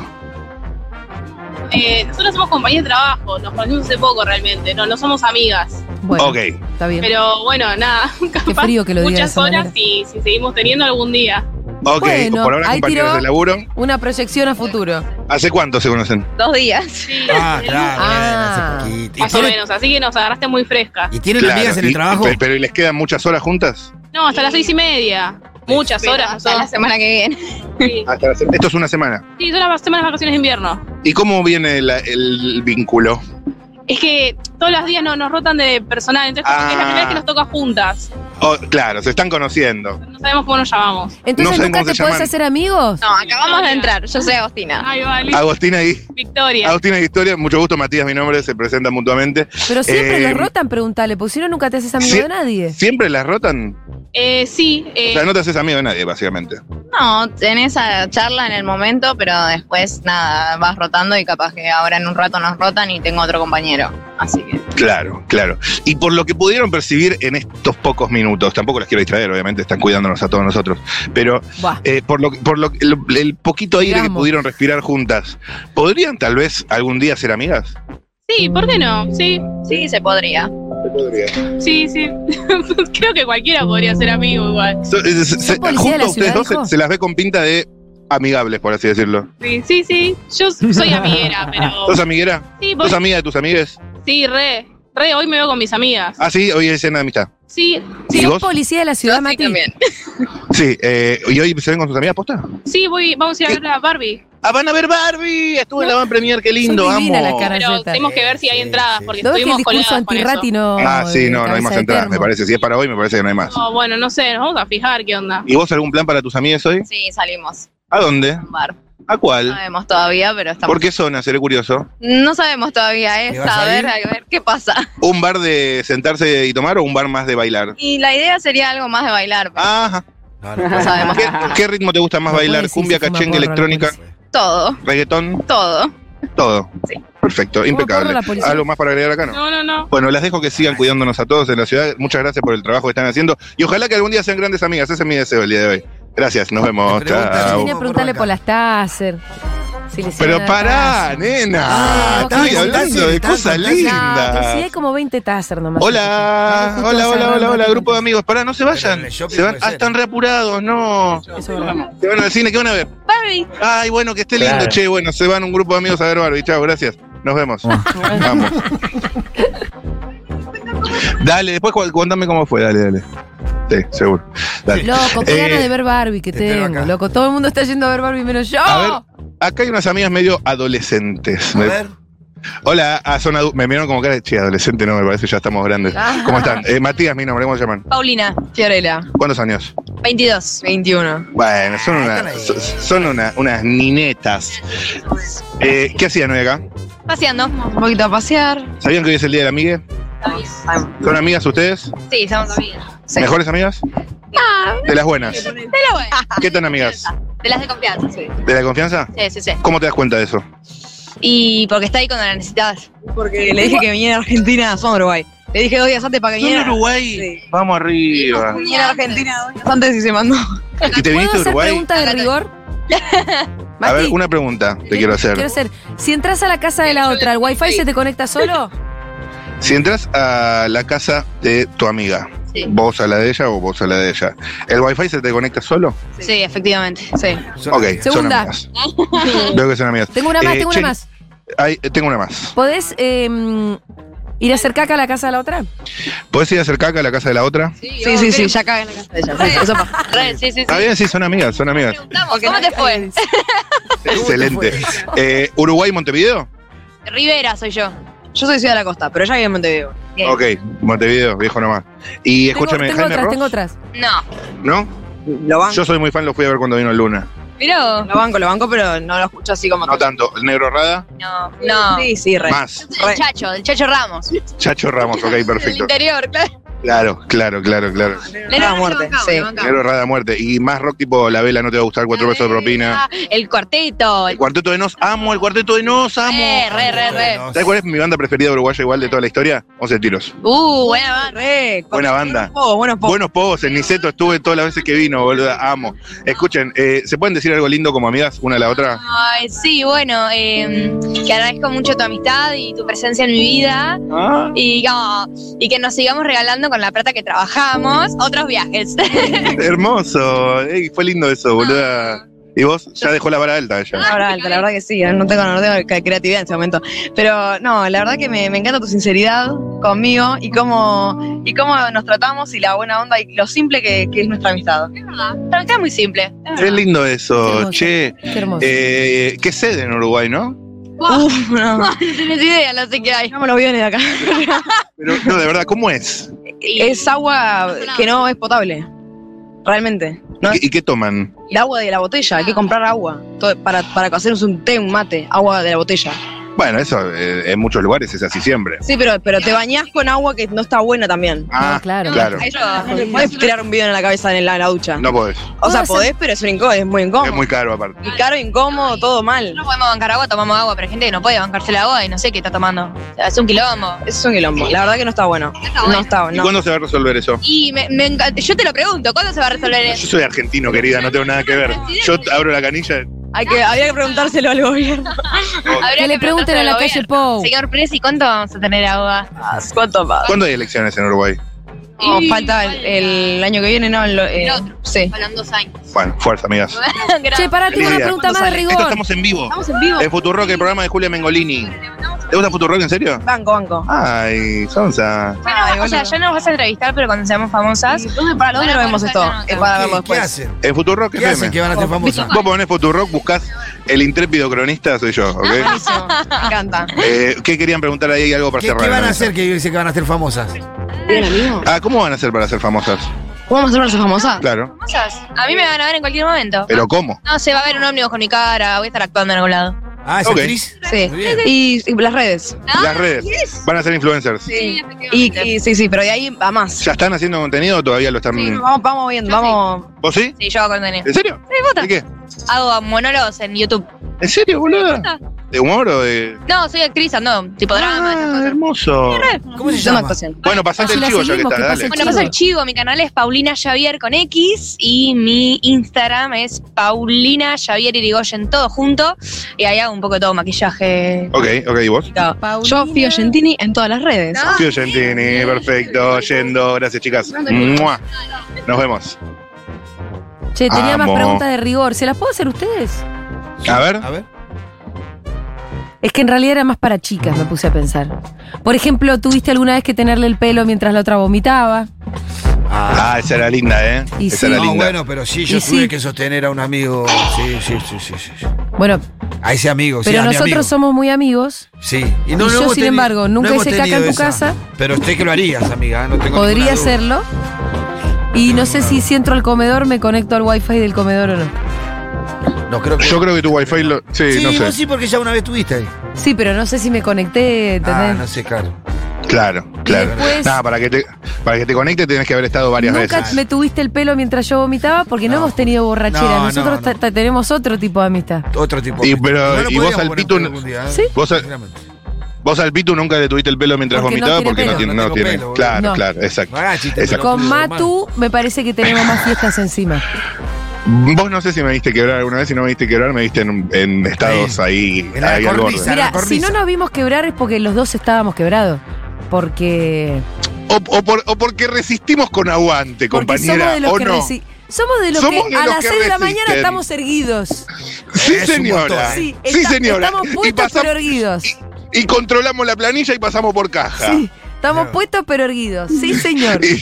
Speaker 9: Eh, nosotros somos compañías de trabajo, nos conocimos hace poco realmente, no, no somos amigas.
Speaker 1: Bueno,
Speaker 3: Ok.
Speaker 1: está bien.
Speaker 9: Pero bueno, nada,
Speaker 1: Qué
Speaker 9: capaz
Speaker 1: frío que lo digas.
Speaker 9: muchas horas y si seguimos teniendo algún día,
Speaker 3: Ok,
Speaker 1: Bueno,
Speaker 3: por ahora
Speaker 1: ahí
Speaker 3: compañeras
Speaker 1: tiró.
Speaker 3: de laburo.
Speaker 1: Una proyección a futuro.
Speaker 3: ¿Hace cuánto se conocen?
Speaker 6: Dos días.
Speaker 2: Ah, claro,
Speaker 1: Ah.
Speaker 2: bien, hace poquito. Y
Speaker 9: más o
Speaker 2: tienen,
Speaker 9: menos, así que nos agarraste muy fresca.
Speaker 2: y tienen
Speaker 3: Claro,
Speaker 2: amigas en el
Speaker 3: y-
Speaker 2: trabajo.
Speaker 3: pe- Pero ¿y les quedan muchas horas juntas?
Speaker 9: No, hasta las seis y media, muchas horas.
Speaker 6: hasta la
Speaker 9: nosotros.
Speaker 6: semana que viene.
Speaker 9: Sí,
Speaker 3: Hasta las- Ah, Esto es una semana.
Speaker 9: Sí, son las semanas de vacaciones de invierno.
Speaker 3: ¿Y cómo viene la- el vínculo?
Speaker 9: Es que todos los días no, nos rotan de personal, entonces como que es la
Speaker 3: Ah.
Speaker 9: primera vez que nos toca juntas.
Speaker 3: Oh, claro, se están conociendo.
Speaker 9: No sabemos cómo nos llamamos.
Speaker 1: Entonces,
Speaker 3: No sé
Speaker 1: ¿nunca
Speaker 3: cómo
Speaker 1: te
Speaker 3: se
Speaker 1: puedes
Speaker 3: llaman.
Speaker 1: hacer amigos?
Speaker 6: No, acabamos de entrar. Yo soy Agostina.
Speaker 9: Ay, vale.
Speaker 3: Agostina y
Speaker 9: Victoria.
Speaker 3: Agostina y Historia, mucho gusto, Matías, mi nombre, se presentan mutuamente.
Speaker 1: Pero siempre
Speaker 3: Eh,
Speaker 1: los rotan, preguntale, porque si no, nunca te haces amigo
Speaker 3: sí.
Speaker 1: de nadie.
Speaker 3: ¿Siempre las rotan?
Speaker 9: Eh, sí,
Speaker 3: O
Speaker 9: eh,
Speaker 3: sea, no te haces amigo de nadie, básicamente.
Speaker 6: No, tenés esa charla en el momento, pero después nada, vas rotando y capaz que ahora en un rato nos rotan y tengo otro compañero. Así que.
Speaker 3: Claro, claro. Y por lo que pudieron percibir en estos pocos minutos, tampoco las quiero distraer, obviamente están cuidándonos a todos nosotros, pero
Speaker 1: Buah.
Speaker 3: eh, por, lo, por lo, el, el poquito aire que
Speaker 1: Digamos.
Speaker 3: pudieron respirar juntas, ¿podrían tal vez algún día ser amigas?
Speaker 9: sí, ¿por qué no? Sí.
Speaker 6: Sí, se podría.
Speaker 5: se podría.
Speaker 9: Sí, sí. Creo que cualquiera podría ser amigo igual.
Speaker 3: So- eh, se- se-
Speaker 1: policía
Speaker 3: junto
Speaker 1: de la
Speaker 3: a ustedes
Speaker 1: ciudad,
Speaker 3: dos se,
Speaker 1: hijo?
Speaker 3: se las ve con pinta de amigables, por así decirlo. Ah.
Speaker 9: Sí, sí, sí. Yo soy amiguera, pero.
Speaker 3: ¿Sos amiguera?
Speaker 9: Sí, vos-
Speaker 3: ¿Sos amiga de tus amigues?
Speaker 9: sí, re. Re, hoy me veo con mis amigas.
Speaker 3: Ah, sí, hoy es cena de amistad.
Speaker 9: Sí,
Speaker 3: ¿Y
Speaker 9: sí,
Speaker 3: vos?
Speaker 1: policía de la ciudad, Mati?
Speaker 3: Sí, eh, ¿y hoy se ven con sus amigas posta?
Speaker 9: sí, voy, vamos a ir a ver la Barbie.
Speaker 3: Ah, van a ver Barbie. Estuve en la van premier, qué lindo,
Speaker 1: Son divinas
Speaker 3: amo.
Speaker 1: las caras.
Speaker 9: Pero
Speaker 1: Galleta.
Speaker 9: tenemos que ver si hay
Speaker 2: Sí,
Speaker 9: entradas,
Speaker 2: sí.
Speaker 9: porque
Speaker 1: ¿No ves que el
Speaker 9: estuvimos
Speaker 1: discurso
Speaker 9: colgadas con eso.
Speaker 1: antirrati no?
Speaker 3: Ah, sí,
Speaker 1: de
Speaker 3: no, no hay
Speaker 1: cabeza
Speaker 3: más
Speaker 1: de
Speaker 3: entradas, me
Speaker 1: termo?
Speaker 3: parece. Si es para hoy, me parece que no hay más.
Speaker 9: No, bueno, no sé, nos vamos a fijar qué onda.
Speaker 3: ¿Y vos algún plan para tus amigas hoy?
Speaker 10: Sí, salimos
Speaker 3: ¿A dónde?
Speaker 10: a un bar.
Speaker 3: ¿A
Speaker 10: No
Speaker 3: cuál?
Speaker 10: sabemos todavía, pero estamos.
Speaker 3: ¿Por qué zona? Seré curioso.
Speaker 10: No sabemos todavía, es
Speaker 2: ¿Te vas a
Speaker 10: saber,
Speaker 2: ir?
Speaker 10: a ver qué pasa.
Speaker 3: ¿Un bar de sentarse y tomar o un bar más de bailar?
Speaker 10: Y la idea sería algo más de bailar, pero
Speaker 3: Ajá.
Speaker 2: No, no,
Speaker 10: no sabemos
Speaker 3: ¿Qué, qué ritmo te gusta más
Speaker 1: No puede
Speaker 3: bailar?
Speaker 1: decir
Speaker 3: ¿Cumbia,
Speaker 1: si fuma
Speaker 3: cachengue,
Speaker 1: porro,
Speaker 3: electrónica,
Speaker 1: la
Speaker 10: todo,
Speaker 3: reggaetón?
Speaker 10: todo.
Speaker 3: Todo. Perfecto, impecable.
Speaker 1: porro la policía.
Speaker 3: ¿Algo más para agregar acá? No.
Speaker 9: No, no, no.
Speaker 3: Bueno, las dejo que sigan cuidándonos a todos en la ciudad. Muchas gracias por el trabajo que están haciendo y ojalá que algún día sean grandes amigas. Ese es mi deseo el día de hoy. Gracias, nos vemos.
Speaker 2: Me preguntan
Speaker 1: Yo
Speaker 3: Chao.
Speaker 1: Vine a preguntarle por las Taser. si le
Speaker 3: Pero
Speaker 1: hicieron
Speaker 3: pará,
Speaker 1: Taser.
Speaker 3: nena.
Speaker 1: Ah,
Speaker 3: Estoy
Speaker 1: está
Speaker 3: hablando
Speaker 2: bien,
Speaker 3: de
Speaker 2: está
Speaker 3: cosas
Speaker 2: bien, está bien.
Speaker 1: No, pero sí hay
Speaker 3: lindas.
Speaker 1: como 20 Taser nomás.
Speaker 3: Hola,
Speaker 1: Justo
Speaker 3: hola,
Speaker 1: hace
Speaker 3: hola,
Speaker 1: rato
Speaker 3: hola,
Speaker 1: no
Speaker 3: hola,
Speaker 1: te-
Speaker 3: grupo de amigos. Pará, no se
Speaker 2: en
Speaker 3: vayan.
Speaker 2: el shopping
Speaker 3: Se van,
Speaker 2: puede
Speaker 3: ah,
Speaker 2: ser.
Speaker 3: están reapurados, no.
Speaker 1: Eso es verdad.
Speaker 3: Se van al cine, ¿qué van a ver?
Speaker 9: Barbie.
Speaker 3: Ay, bueno, que esté lindo.
Speaker 5: Claro.
Speaker 3: Che, bueno, se van un grupo de amigos a ver Barbie. Chao, gracias. Nos vemos. Vamos. Dale, después cu- contame cómo fue. Dale, dale. Sí, seguro. Dale.
Speaker 1: Loco, qué
Speaker 3: Eh,
Speaker 1: ganas de ver Barbie que
Speaker 2: te espero
Speaker 1: tengo,
Speaker 2: acá.
Speaker 1: loco. Todo el mundo está yendo a ver Barbie menos yo.
Speaker 3: A ver, acá hay unas amigas medio adolescentes.
Speaker 2: A
Speaker 3: Me-
Speaker 2: ver,
Speaker 3: Hola, ah, son adu- me miraron como cara de che, adolescente, no, me parece que ya estamos grandes.
Speaker 1: Ah.
Speaker 3: ¿Cómo están? Eh, Matías, mi nombre, ¿cómo se llaman?
Speaker 10: Paulina, Fiorella,
Speaker 3: ¿Cuántos años?
Speaker 10: 22, 21.
Speaker 3: Bueno, son,
Speaker 2: Ah,
Speaker 3: una,
Speaker 2: están ahí.
Speaker 3: so- son una- unas ninetas. Eh, ¿Qué hacían hoy acá?
Speaker 10: Paseando, un poquito a pasear.
Speaker 3: ¿Sabían que hoy es el día de la amiga? ¿Son amigas ustedes?
Speaker 10: Sí, somos Sí.
Speaker 3: ¿Mejores amigas? De las buenas.
Speaker 10: Ah. De la buena.
Speaker 3: ¿Qué tan amigas?
Speaker 10: De las de confianza, sí.
Speaker 3: ¿De la confianza?
Speaker 10: Sí, sí, sí.
Speaker 3: ¿Cómo te das cuenta de eso?
Speaker 10: Y porque está ahí cuando la necesitas.
Speaker 8: Porque Eh, le dije que viniera a Argentina, son Uruguay.
Speaker 10: Le dije dos días antes para que viniera.
Speaker 3: Uruguay? Vamos arriba.
Speaker 10: Viniera a Argentina dos días antes y se mandó.
Speaker 3: ¿Y te
Speaker 1: ¿Puedo
Speaker 3: viniste a
Speaker 1: hacer
Speaker 3: Uruguay?
Speaker 1: preguntas de rigor?
Speaker 3: A ver,
Speaker 1: Mati,
Speaker 3: una pregunta te quiero hacer.
Speaker 1: Quiero hacer. Si entras a la casa de la otra, ¿el wifi se te conecta solo?
Speaker 3: Si entras a la casa de tu amiga,
Speaker 10: Sí.
Speaker 3: vos a la de ella o vos a la de ella, ¿el wifi se te conecta solo?
Speaker 10: Sí, efectivamente, sí.
Speaker 2: son
Speaker 3: ok,
Speaker 2: amigas.
Speaker 3: son
Speaker 1: Segunda.
Speaker 3: amigas. Veo que son amigas.
Speaker 1: Tengo una más,
Speaker 3: Eh,
Speaker 1: tengo
Speaker 3: che,
Speaker 1: una más.
Speaker 3: Ay, tengo una más.
Speaker 1: ¿Podés eh, ir a hacer caca a la casa de la otra?
Speaker 3: ¿Podés ir a hacer caca a la casa de la otra?
Speaker 10: Sí, sí, sí, ya cagué en la casa de ella. Eso pasa.
Speaker 9: Re, sí, sí,
Speaker 3: Está bien, sí, son amigas, son amigas.
Speaker 10: Preguntamos, ¿Cómo te fue?
Speaker 3: Excelente. Eh, ¿Uruguay, Montevideo?
Speaker 10: Rivera soy yo.
Speaker 8: Yo soy Ciudad de la Costa, pero ya vivo en Montevideo.
Speaker 10: Bien.
Speaker 3: Ok, Montevideo, viejo nomás. Y escúchame,
Speaker 1: tengo
Speaker 3: Jaime
Speaker 1: otras,
Speaker 3: Ross,
Speaker 1: tengo otras.
Speaker 10: No.
Speaker 3: ¿no?
Speaker 8: Lo banco,
Speaker 3: Yo soy muy fan, lo fui a ver cuando vino Luna.
Speaker 10: Mirá. vos.
Speaker 8: lo banco, lo banco, pero no lo escucho así como
Speaker 3: No tanto. ¿El Negro Rada?
Speaker 10: No, no.
Speaker 8: Sí, sí, re.
Speaker 3: Más.
Speaker 10: Del Chacho, del Chacho Ramos.
Speaker 3: Chacho Ramos, ok,
Speaker 10: Del
Speaker 3: perfecto.
Speaker 10: interior, claro.
Speaker 3: Claro, claro, claro, claro.
Speaker 8: Ah, muerte, sí.
Speaker 3: Negro Rada Muerte. Y más rock tipo La Vela, no te va a gustar, cuatro pesos de propina.
Speaker 10: El cuarteto.
Speaker 8: Eh.
Speaker 3: El cuarteto de Nos, amo el cuarteto de Nos, amo.
Speaker 10: Eh, re, re, re.
Speaker 2: Bueno,
Speaker 3: ¿Sabes cuál es mi banda preferida uruguaya igual de toda la historia? 11 tiros.
Speaker 10: Uh, buena banda.
Speaker 8: Re, con-
Speaker 3: Buena banda.
Speaker 8: Buenos pogos, buenos pogos.
Speaker 3: Buenos pogos, en Niceto estuve todas las veces que vino, boluda, amo. Escuchen, eh, ¿se pueden decir algo lindo como amigas una a la otra?
Speaker 10: Ay, sí, bueno, eh, que agradezco mucho tu amistad y tu presencia en mi vida y, ah, y que nos sigamos regalando con la plata que trabajamos otros viajes.
Speaker 3: Hermoso, Ey, fue lindo eso, boluda. Y vos ya dejó la vara alta ella.
Speaker 8: La verdad, la verdad que sí, ¿eh? no tengo, no tengo ca- creatividad en este momento. Pero no, la verdad que me, me encanta tu sinceridad conmigo y cómo, y cómo nos tratamos y la buena onda y lo simple que, que es nuestra amistad.
Speaker 10: La amistad es muy simple.
Speaker 3: Qué lindo eso,
Speaker 1: Hermoso.
Speaker 3: che.
Speaker 1: Qué hermoso.
Speaker 3: Eh, ¿Qué sede en Uruguay, no?
Speaker 8: Uf, no,
Speaker 10: No tienes idea, no sé qué hay.
Speaker 8: no me lo vio ni de acá.
Speaker 3: Pero no, de verdad, ¿cómo es?
Speaker 8: Es agua que no es potable, realmente. No
Speaker 3: ¿Y qué toman?
Speaker 8: El agua de la botella, hay
Speaker 10: Ah.
Speaker 8: que comprar agua todo- para, para hacernos un té, un mate, agua de la botella.
Speaker 3: Bueno, eso eh, en muchos lugares es así siempre.
Speaker 8: Sí, pero, pero te bañás con agua que no está buena también.
Speaker 3: Ah,
Speaker 1: No, claro.
Speaker 3: claro.
Speaker 8: No le podés tirar un video en la cabeza en la, en la ducha.
Speaker 3: No podés.
Speaker 8: o sea,
Speaker 1: Puedo
Speaker 8: podés,
Speaker 1: hacer-
Speaker 8: pero es, un incó- es muy incómodo.
Speaker 3: Es muy caro aparte.
Speaker 8: Y caro, incómodo, todo mal.
Speaker 10: No podemos bancar agua, tomamos agua, pero hay gente que no puede bancarse la agua y no sé qué está tomando. O sea, es un quilombo.
Speaker 8: Es un quilombo. La verdad que no está bueno. No está
Speaker 3: ¿Y
Speaker 8: bueno.
Speaker 3: cuándo se va a resolver eso?
Speaker 10: Y me, me encanta- yo te lo pregunto, ¿cuándo se va a resolver
Speaker 3: Yo
Speaker 10: eso?
Speaker 3: soy argentino, querida, no tengo nada que ver. Yo abro la canilla.
Speaker 8: Hay que, había que preguntárselo al gobierno.
Speaker 10: Habría
Speaker 1: Que le pregunten a
Speaker 10: preguntárselo
Speaker 1: la calle
Speaker 10: al
Speaker 1: Pou.
Speaker 10: gobierno. Señor Presi, ¿cuánto vamos a tener agua?
Speaker 8: Ah, ¿Cuánto más?
Speaker 3: ¿Cuándo hay elecciones en Uruguay?
Speaker 8: No,
Speaker 9: Y
Speaker 8: falta el, el año que viene, no. El,
Speaker 9: El
Speaker 8: eh,
Speaker 9: otro.
Speaker 8: sí.
Speaker 9: Faltan dos años.
Speaker 3: Bueno, fuerza, amigas.
Speaker 1: Che, pará, tengo una
Speaker 3: Lidia.
Speaker 1: pregunta más de
Speaker 3: Esto
Speaker 1: rigor.
Speaker 3: estamos en vivo.
Speaker 9: Estamos en vivo.
Speaker 3: Es Futurock, el programa de Julia Mengolini. ¿Te gusta Futurock, en Ah. serio?
Speaker 8: Banco, banco.
Speaker 3: Ay, Sonsa.
Speaker 10: Bueno,
Speaker 8: Ay,
Speaker 10: o sea,
Speaker 8: boludo.
Speaker 10: ya nos vas a entrevistar, pero cuando seamos famosas.
Speaker 9: ¿Dónde,
Speaker 8: ¿Para dónde lo vemos esto? Es para verlo
Speaker 2: ¿Qué, qué
Speaker 8: después.
Speaker 2: hacen?
Speaker 3: En Futurock
Speaker 2: pues. ¿Qué hacen que
Speaker 3: FM.
Speaker 2: van a ser famosas?
Speaker 3: Vos ponés Futurock, buscás el intrépido cronista, soy yo,
Speaker 10: Ah,
Speaker 1: Ah.
Speaker 3: ¿ok?
Speaker 8: Buenísimo, me encanta.
Speaker 3: Eh, ¿Qué querían preguntar ahí? Hay algo para
Speaker 2: ¿Qué,
Speaker 3: cerrar.
Speaker 2: qué van
Speaker 3: ¿no?
Speaker 2: a hacer que dice que van a ser famosas?
Speaker 8: Bien, amigo.
Speaker 3: Ah, ¿cómo van a hacer para ser famosas?
Speaker 8: ¿Cómo vamos a hacer una famosa?
Speaker 3: Claro.
Speaker 10: Famosas. A mí me van a ver en cualquier momento.
Speaker 3: ¿Pero cómo?
Speaker 10: No sé, va a haber un ómnibus con mi cara, voy a estar actuando en algún lado.
Speaker 2: Ah, ¿es
Speaker 3: Ok.
Speaker 2: actriz?
Speaker 8: Sí.
Speaker 2: Muy bien.
Speaker 8: Y, y las redes.
Speaker 10: ¿Ah?
Speaker 3: Las redes. Van a ser influencers.
Speaker 8: Ah, Sí. Y, y- sí, sí, pero de ahí a más.
Speaker 3: ¿Ya están haciendo contenido o todavía lo están.?
Speaker 8: Sí, vamos, vamos viendo,
Speaker 10: Yo sí.
Speaker 8: vamos.
Speaker 3: ¿Vos sí?
Speaker 10: Sí, yo hago contenido.
Speaker 3: Mm. ¿En serio? Ah.
Speaker 10: puta.
Speaker 3: ¿De qué?
Speaker 10: Hago monólogos en YouTube.
Speaker 3: ¿En serio, boludo? ¿De humor o de.?
Speaker 10: No, soy actriz, ando, tipo drama. esas
Speaker 3: Ah,
Speaker 10: cosas.
Speaker 3: hermoso.
Speaker 2: ¿Cómo se
Speaker 8: Yo me
Speaker 2: llama?
Speaker 8: actuación.
Speaker 3: Bueno, pasate
Speaker 1: Así
Speaker 3: el
Speaker 1: la
Speaker 3: chivo ya que
Speaker 1: seguimos,
Speaker 3: estás,
Speaker 1: que
Speaker 3: dale.
Speaker 1: pase
Speaker 10: Bueno, paso el chivo, mi canal es Paulina Javier con X y mi Instagram es Paulina Javier Irigoyen, todo junto. Y ahí hago un poco de todo, maquillaje.
Speaker 3: Ok, ok, ¿y vos?
Speaker 8: Yo, Fio Gentini, en todas las redes.
Speaker 10: No,
Speaker 3: Tío Gentini, perfecto, yendo. Gracias, chicas. Mua. Nos vemos.
Speaker 1: Che, tenía más
Speaker 3: Amo.
Speaker 1: preguntas de rigor. ¿Se las puedo hacer ustedes?
Speaker 3: A ver.
Speaker 2: A ver.
Speaker 1: Es que en realidad era más para chicas, me puse a pensar. Por ejemplo, ¿tuviste alguna vez que tenerle el pelo mientras la otra vomitaba?
Speaker 3: Ah, esa era linda, ¿eh?
Speaker 1: Y
Speaker 3: esa
Speaker 1: sí.
Speaker 3: era
Speaker 2: No,
Speaker 3: linda.
Speaker 2: bueno, pero sí, yo
Speaker 1: Y
Speaker 2: tuve
Speaker 1: sí.
Speaker 2: que sostener a un amigo. Sí, sí, sí, sí. sí, sí.
Speaker 1: Bueno,
Speaker 2: A ese amigo, sí,
Speaker 1: pero
Speaker 2: a mi amigo.
Speaker 1: nosotros somos muy amigos.
Speaker 2: Sí.
Speaker 1: Y yo,
Speaker 2: hemos
Speaker 1: sin embargo, nunca
Speaker 2: hemos
Speaker 1: hice caca
Speaker 2: tenido
Speaker 1: en tu casa.
Speaker 2: Pero usted que lo harías, amiga. ¿eh? No tengo ninguna
Speaker 1: Podría
Speaker 2: duda.
Speaker 1: hacerlo. Y no sé si si entro al comedor me conecto al wifi del comedor o no.
Speaker 2: No, creo que...
Speaker 3: Yo creo que tu wifi lo. Sí,
Speaker 2: Sí,
Speaker 3: no sé.
Speaker 2: vos sí, porque ya una vez tuviste ahí.
Speaker 1: Sí, pero no sé si me conecté,
Speaker 2: Ah,
Speaker 1: ¿entendés?
Speaker 2: no sé, claro.
Speaker 3: Claro, claro.
Speaker 1: después-
Speaker 3: Nada, para que te, para que te conectes tenés que haber estado varias
Speaker 1: Nunca
Speaker 3: veces.
Speaker 1: me tuviste el pelo mientras yo vomitaba porque no,
Speaker 2: No.
Speaker 1: hemos tenido borrachera.
Speaker 2: No,
Speaker 1: Nosotros
Speaker 2: no, no.
Speaker 1: ta- ta- tenemos otro tipo de amistad.
Speaker 2: Otro tipo.
Speaker 3: Y, pero-
Speaker 2: lo
Speaker 3: y vos
Speaker 2: podríamos
Speaker 3: al
Speaker 2: poner
Speaker 3: Pitu
Speaker 2: en
Speaker 3: no-
Speaker 2: algún día, ¿eh?
Speaker 1: Sí.
Speaker 3: Vos al,
Speaker 2: Sinceramente.
Speaker 3: vos al Pitu nunca le tuviste el pelo mientras
Speaker 1: Porque no
Speaker 3: vomitabas
Speaker 1: tiene
Speaker 3: porque
Speaker 1: pelo,
Speaker 3: no tiene.
Speaker 2: no
Speaker 3: No
Speaker 2: tengo
Speaker 3: tiene.
Speaker 2: pelo, boludo.
Speaker 3: claro,
Speaker 1: No.
Speaker 3: claro, exacto.
Speaker 2: No hagas chistes,
Speaker 3: Exacto.
Speaker 2: pelotudo,
Speaker 1: Con
Speaker 2: hermano.
Speaker 1: Matu me parece que tenemos más fiestas encima.
Speaker 3: Vos no sé si me viste quebrar alguna vez, si no me viste quebrar, me viste en, en estados
Speaker 2: Sí.
Speaker 3: ahí,
Speaker 2: En la
Speaker 3: ahí al
Speaker 2: cornisa.
Speaker 3: borde.
Speaker 1: Mira,
Speaker 2: Sarah
Speaker 1: si
Speaker 2: Cornisa.
Speaker 1: no nos vimos quebrar es porque los dos estábamos quebrados. Porque,
Speaker 3: O, o por- o porque resistimos con aguante,
Speaker 1: porque somos
Speaker 3: compañera,
Speaker 1: de los
Speaker 3: ¿o
Speaker 1: que
Speaker 3: no?
Speaker 1: resi- somos de los
Speaker 3: Somos
Speaker 1: que
Speaker 3: de
Speaker 1: a
Speaker 3: los
Speaker 1: las
Speaker 3: que
Speaker 1: 6 de la mañana
Speaker 3: resisten.
Speaker 1: estamos erguidos.
Speaker 3: Sí,
Speaker 2: Es un
Speaker 3: señora.
Speaker 2: montón.
Speaker 1: Sí,
Speaker 3: Sí,
Speaker 1: esta-
Speaker 3: señora.
Speaker 1: estamos
Speaker 3: Y,
Speaker 1: puestos
Speaker 3: pasam-
Speaker 1: pero erguidos.
Speaker 3: y controlamos la planilla y pasamos por caja.
Speaker 1: Sí, estamos
Speaker 2: Claro.
Speaker 1: puestos pero erguidos. Sí, señor.
Speaker 3: Y-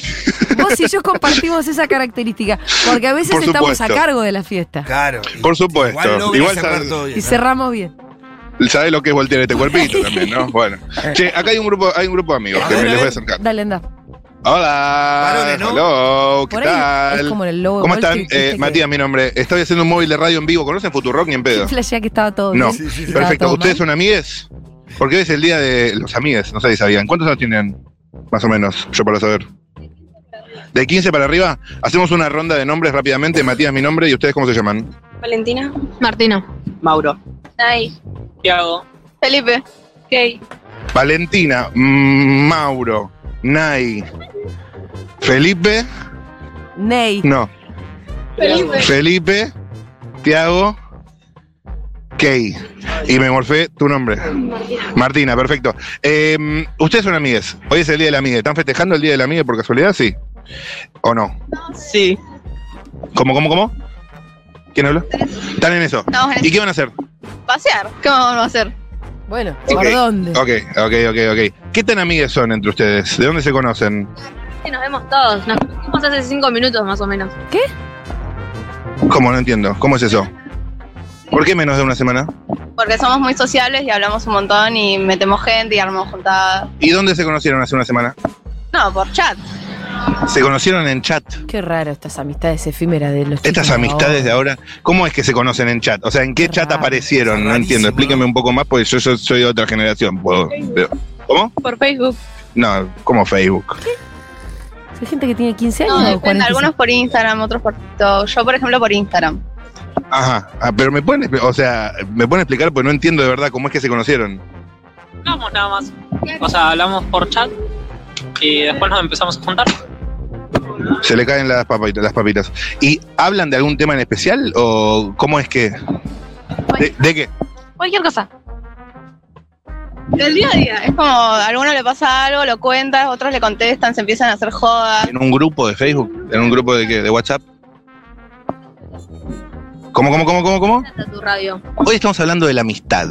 Speaker 1: Vos y yo compartimos esa característica. Porque a veces
Speaker 3: Por
Speaker 1: estamos a
Speaker 3: supuesto.
Speaker 1: cargo de la fiesta.
Speaker 2: Claro. y-
Speaker 3: Por supuesto.
Speaker 2: Igual, logra
Speaker 3: Igual
Speaker 2: cerrar
Speaker 3: sabe-
Speaker 2: todo bien,
Speaker 1: Y
Speaker 2: ¿no?
Speaker 1: cerramos bien.
Speaker 3: ¿Sabés lo que es voltear este cuerpito también, no? Bueno. Che, acá hay un grupo, hay un grupo de amigos
Speaker 2: A
Speaker 3: que
Speaker 2: ver,
Speaker 3: me
Speaker 2: a
Speaker 3: les voy a
Speaker 2: ver.
Speaker 3: acercar.
Speaker 1: Dale, anda.
Speaker 3: Hola.
Speaker 2: Varones, ¿no?
Speaker 3: Hello, ¿qué
Speaker 1: Por ahí es
Speaker 3: tal?
Speaker 1: como en el lobo. de
Speaker 3: ¿Cómo
Speaker 1: Wall
Speaker 3: están?
Speaker 1: Street, viste
Speaker 3: Eh,
Speaker 1: que-
Speaker 3: Matías, mi nombre. Estoy haciendo un móvil de radio en vivo. ¿Conocen Futurock ni en pedo?
Speaker 1: Flashea que estaba todo
Speaker 3: No.
Speaker 1: bien.
Speaker 2: Sí, sí, sí.
Speaker 1: estaba
Speaker 3: Perfecto.
Speaker 1: todo
Speaker 3: ¿Ustedes
Speaker 1: mal.
Speaker 3: son amigues? Porque hoy es el día de los amigues. No sé si sabían. ¿Cuántos años tienen? Más o menos, yo para saber. De 15 para arriba, hacemos una ronda de nombres rápidamente. Matías, mi nombre, y ustedes, ¿cómo se llaman?
Speaker 9: Valentina.
Speaker 10: Martino.
Speaker 8: Mauro.
Speaker 10: Ay.
Speaker 7: Tiago.
Speaker 10: Felipe.
Speaker 9: Kay.
Speaker 3: Valentina, mm, Mauro, Nay, Felipe,
Speaker 1: Ney.
Speaker 3: no,
Speaker 9: Felipe.
Speaker 3: Felipe, Tiago, Key. Y me morfé tu nombre. Martina, perfecto. Eh, ustedes son amigues. Hoy es el día de la amiga. ¿Están festejando el día de la amiga por casualidad? Sí. ¿O no?
Speaker 8: Sí.
Speaker 3: ¿Cómo, cómo, cómo? ¿Quién habló? Están en eso.
Speaker 9: Estamos en
Speaker 3: ¿Y qué van a hacer?
Speaker 9: pasear. ¿Qué vamos a hacer?
Speaker 1: Bueno,
Speaker 3: Ok,
Speaker 1: ¿por dónde?
Speaker 3: Ok, ok, ok, ok. ¿Qué tan amigues son entre ustedes? ¿De dónde se conocen?
Speaker 9: Que nos vemos todos. Nos conocimos hace cinco minutos más o menos.
Speaker 3: ¿Cómo? No entiendo. ¿Cómo es eso? ¿Por qué menos de una semana?
Speaker 9: Porque somos muy sociables y hablamos un montón y metemos gente y armamos juntadas.
Speaker 3: ¿Y dónde se conocieron hace una semana?
Speaker 9: No, por chat.
Speaker 3: Se conocieron en chat.
Speaker 1: Qué raro estas amistades efímeras de los
Speaker 3: Estas
Speaker 1: chicos
Speaker 3: amistades de ahora, ¿cómo es que se conocen en chat? O sea, ¿en qué
Speaker 1: Qué
Speaker 3: chat
Speaker 1: raro.
Speaker 3: aparecieron? No
Speaker 2: Rarísimo,
Speaker 3: entiendo. Explíqueme
Speaker 2: ¿no?
Speaker 3: un poco más, porque yo, yo soy de otra generación. puedo- pero- ¿Cómo?
Speaker 9: Por Facebook.
Speaker 3: No, como Facebook.
Speaker 1: Hay gente que tiene 15 años.
Speaker 9: No,
Speaker 1: o
Speaker 9: depende.
Speaker 1: 45.
Speaker 9: Algunos por Instagram, otros por TikTok. Yo, por ejemplo, por Instagram.
Speaker 3: Ajá. Ah, pero me pueden, expli- o sea, me pueden explicar, porque no entiendo de verdad cómo es que se conocieron.
Speaker 7: Hablamos nada más. O sea, hablamos por chat y después nos empezamos a juntar.
Speaker 3: Se le caen las papitas, las papitas. ¿Y hablan de algún tema en especial o cómo es que? ¿De, de qué?
Speaker 10: Cualquier cosa.
Speaker 9: Del día a día. Es como, a alguno le pasa algo, lo cuentas, otros le contestan, se empiezan a hacer jodas.
Speaker 3: ¿En un grupo de Facebook? ¿En un grupo de qué? ¿De WhatsApp? ¿Cómo, cómo, cómo, cómo, cómo?
Speaker 9: Hasta tu radio.
Speaker 3: Hoy estamos hablando de la amistad.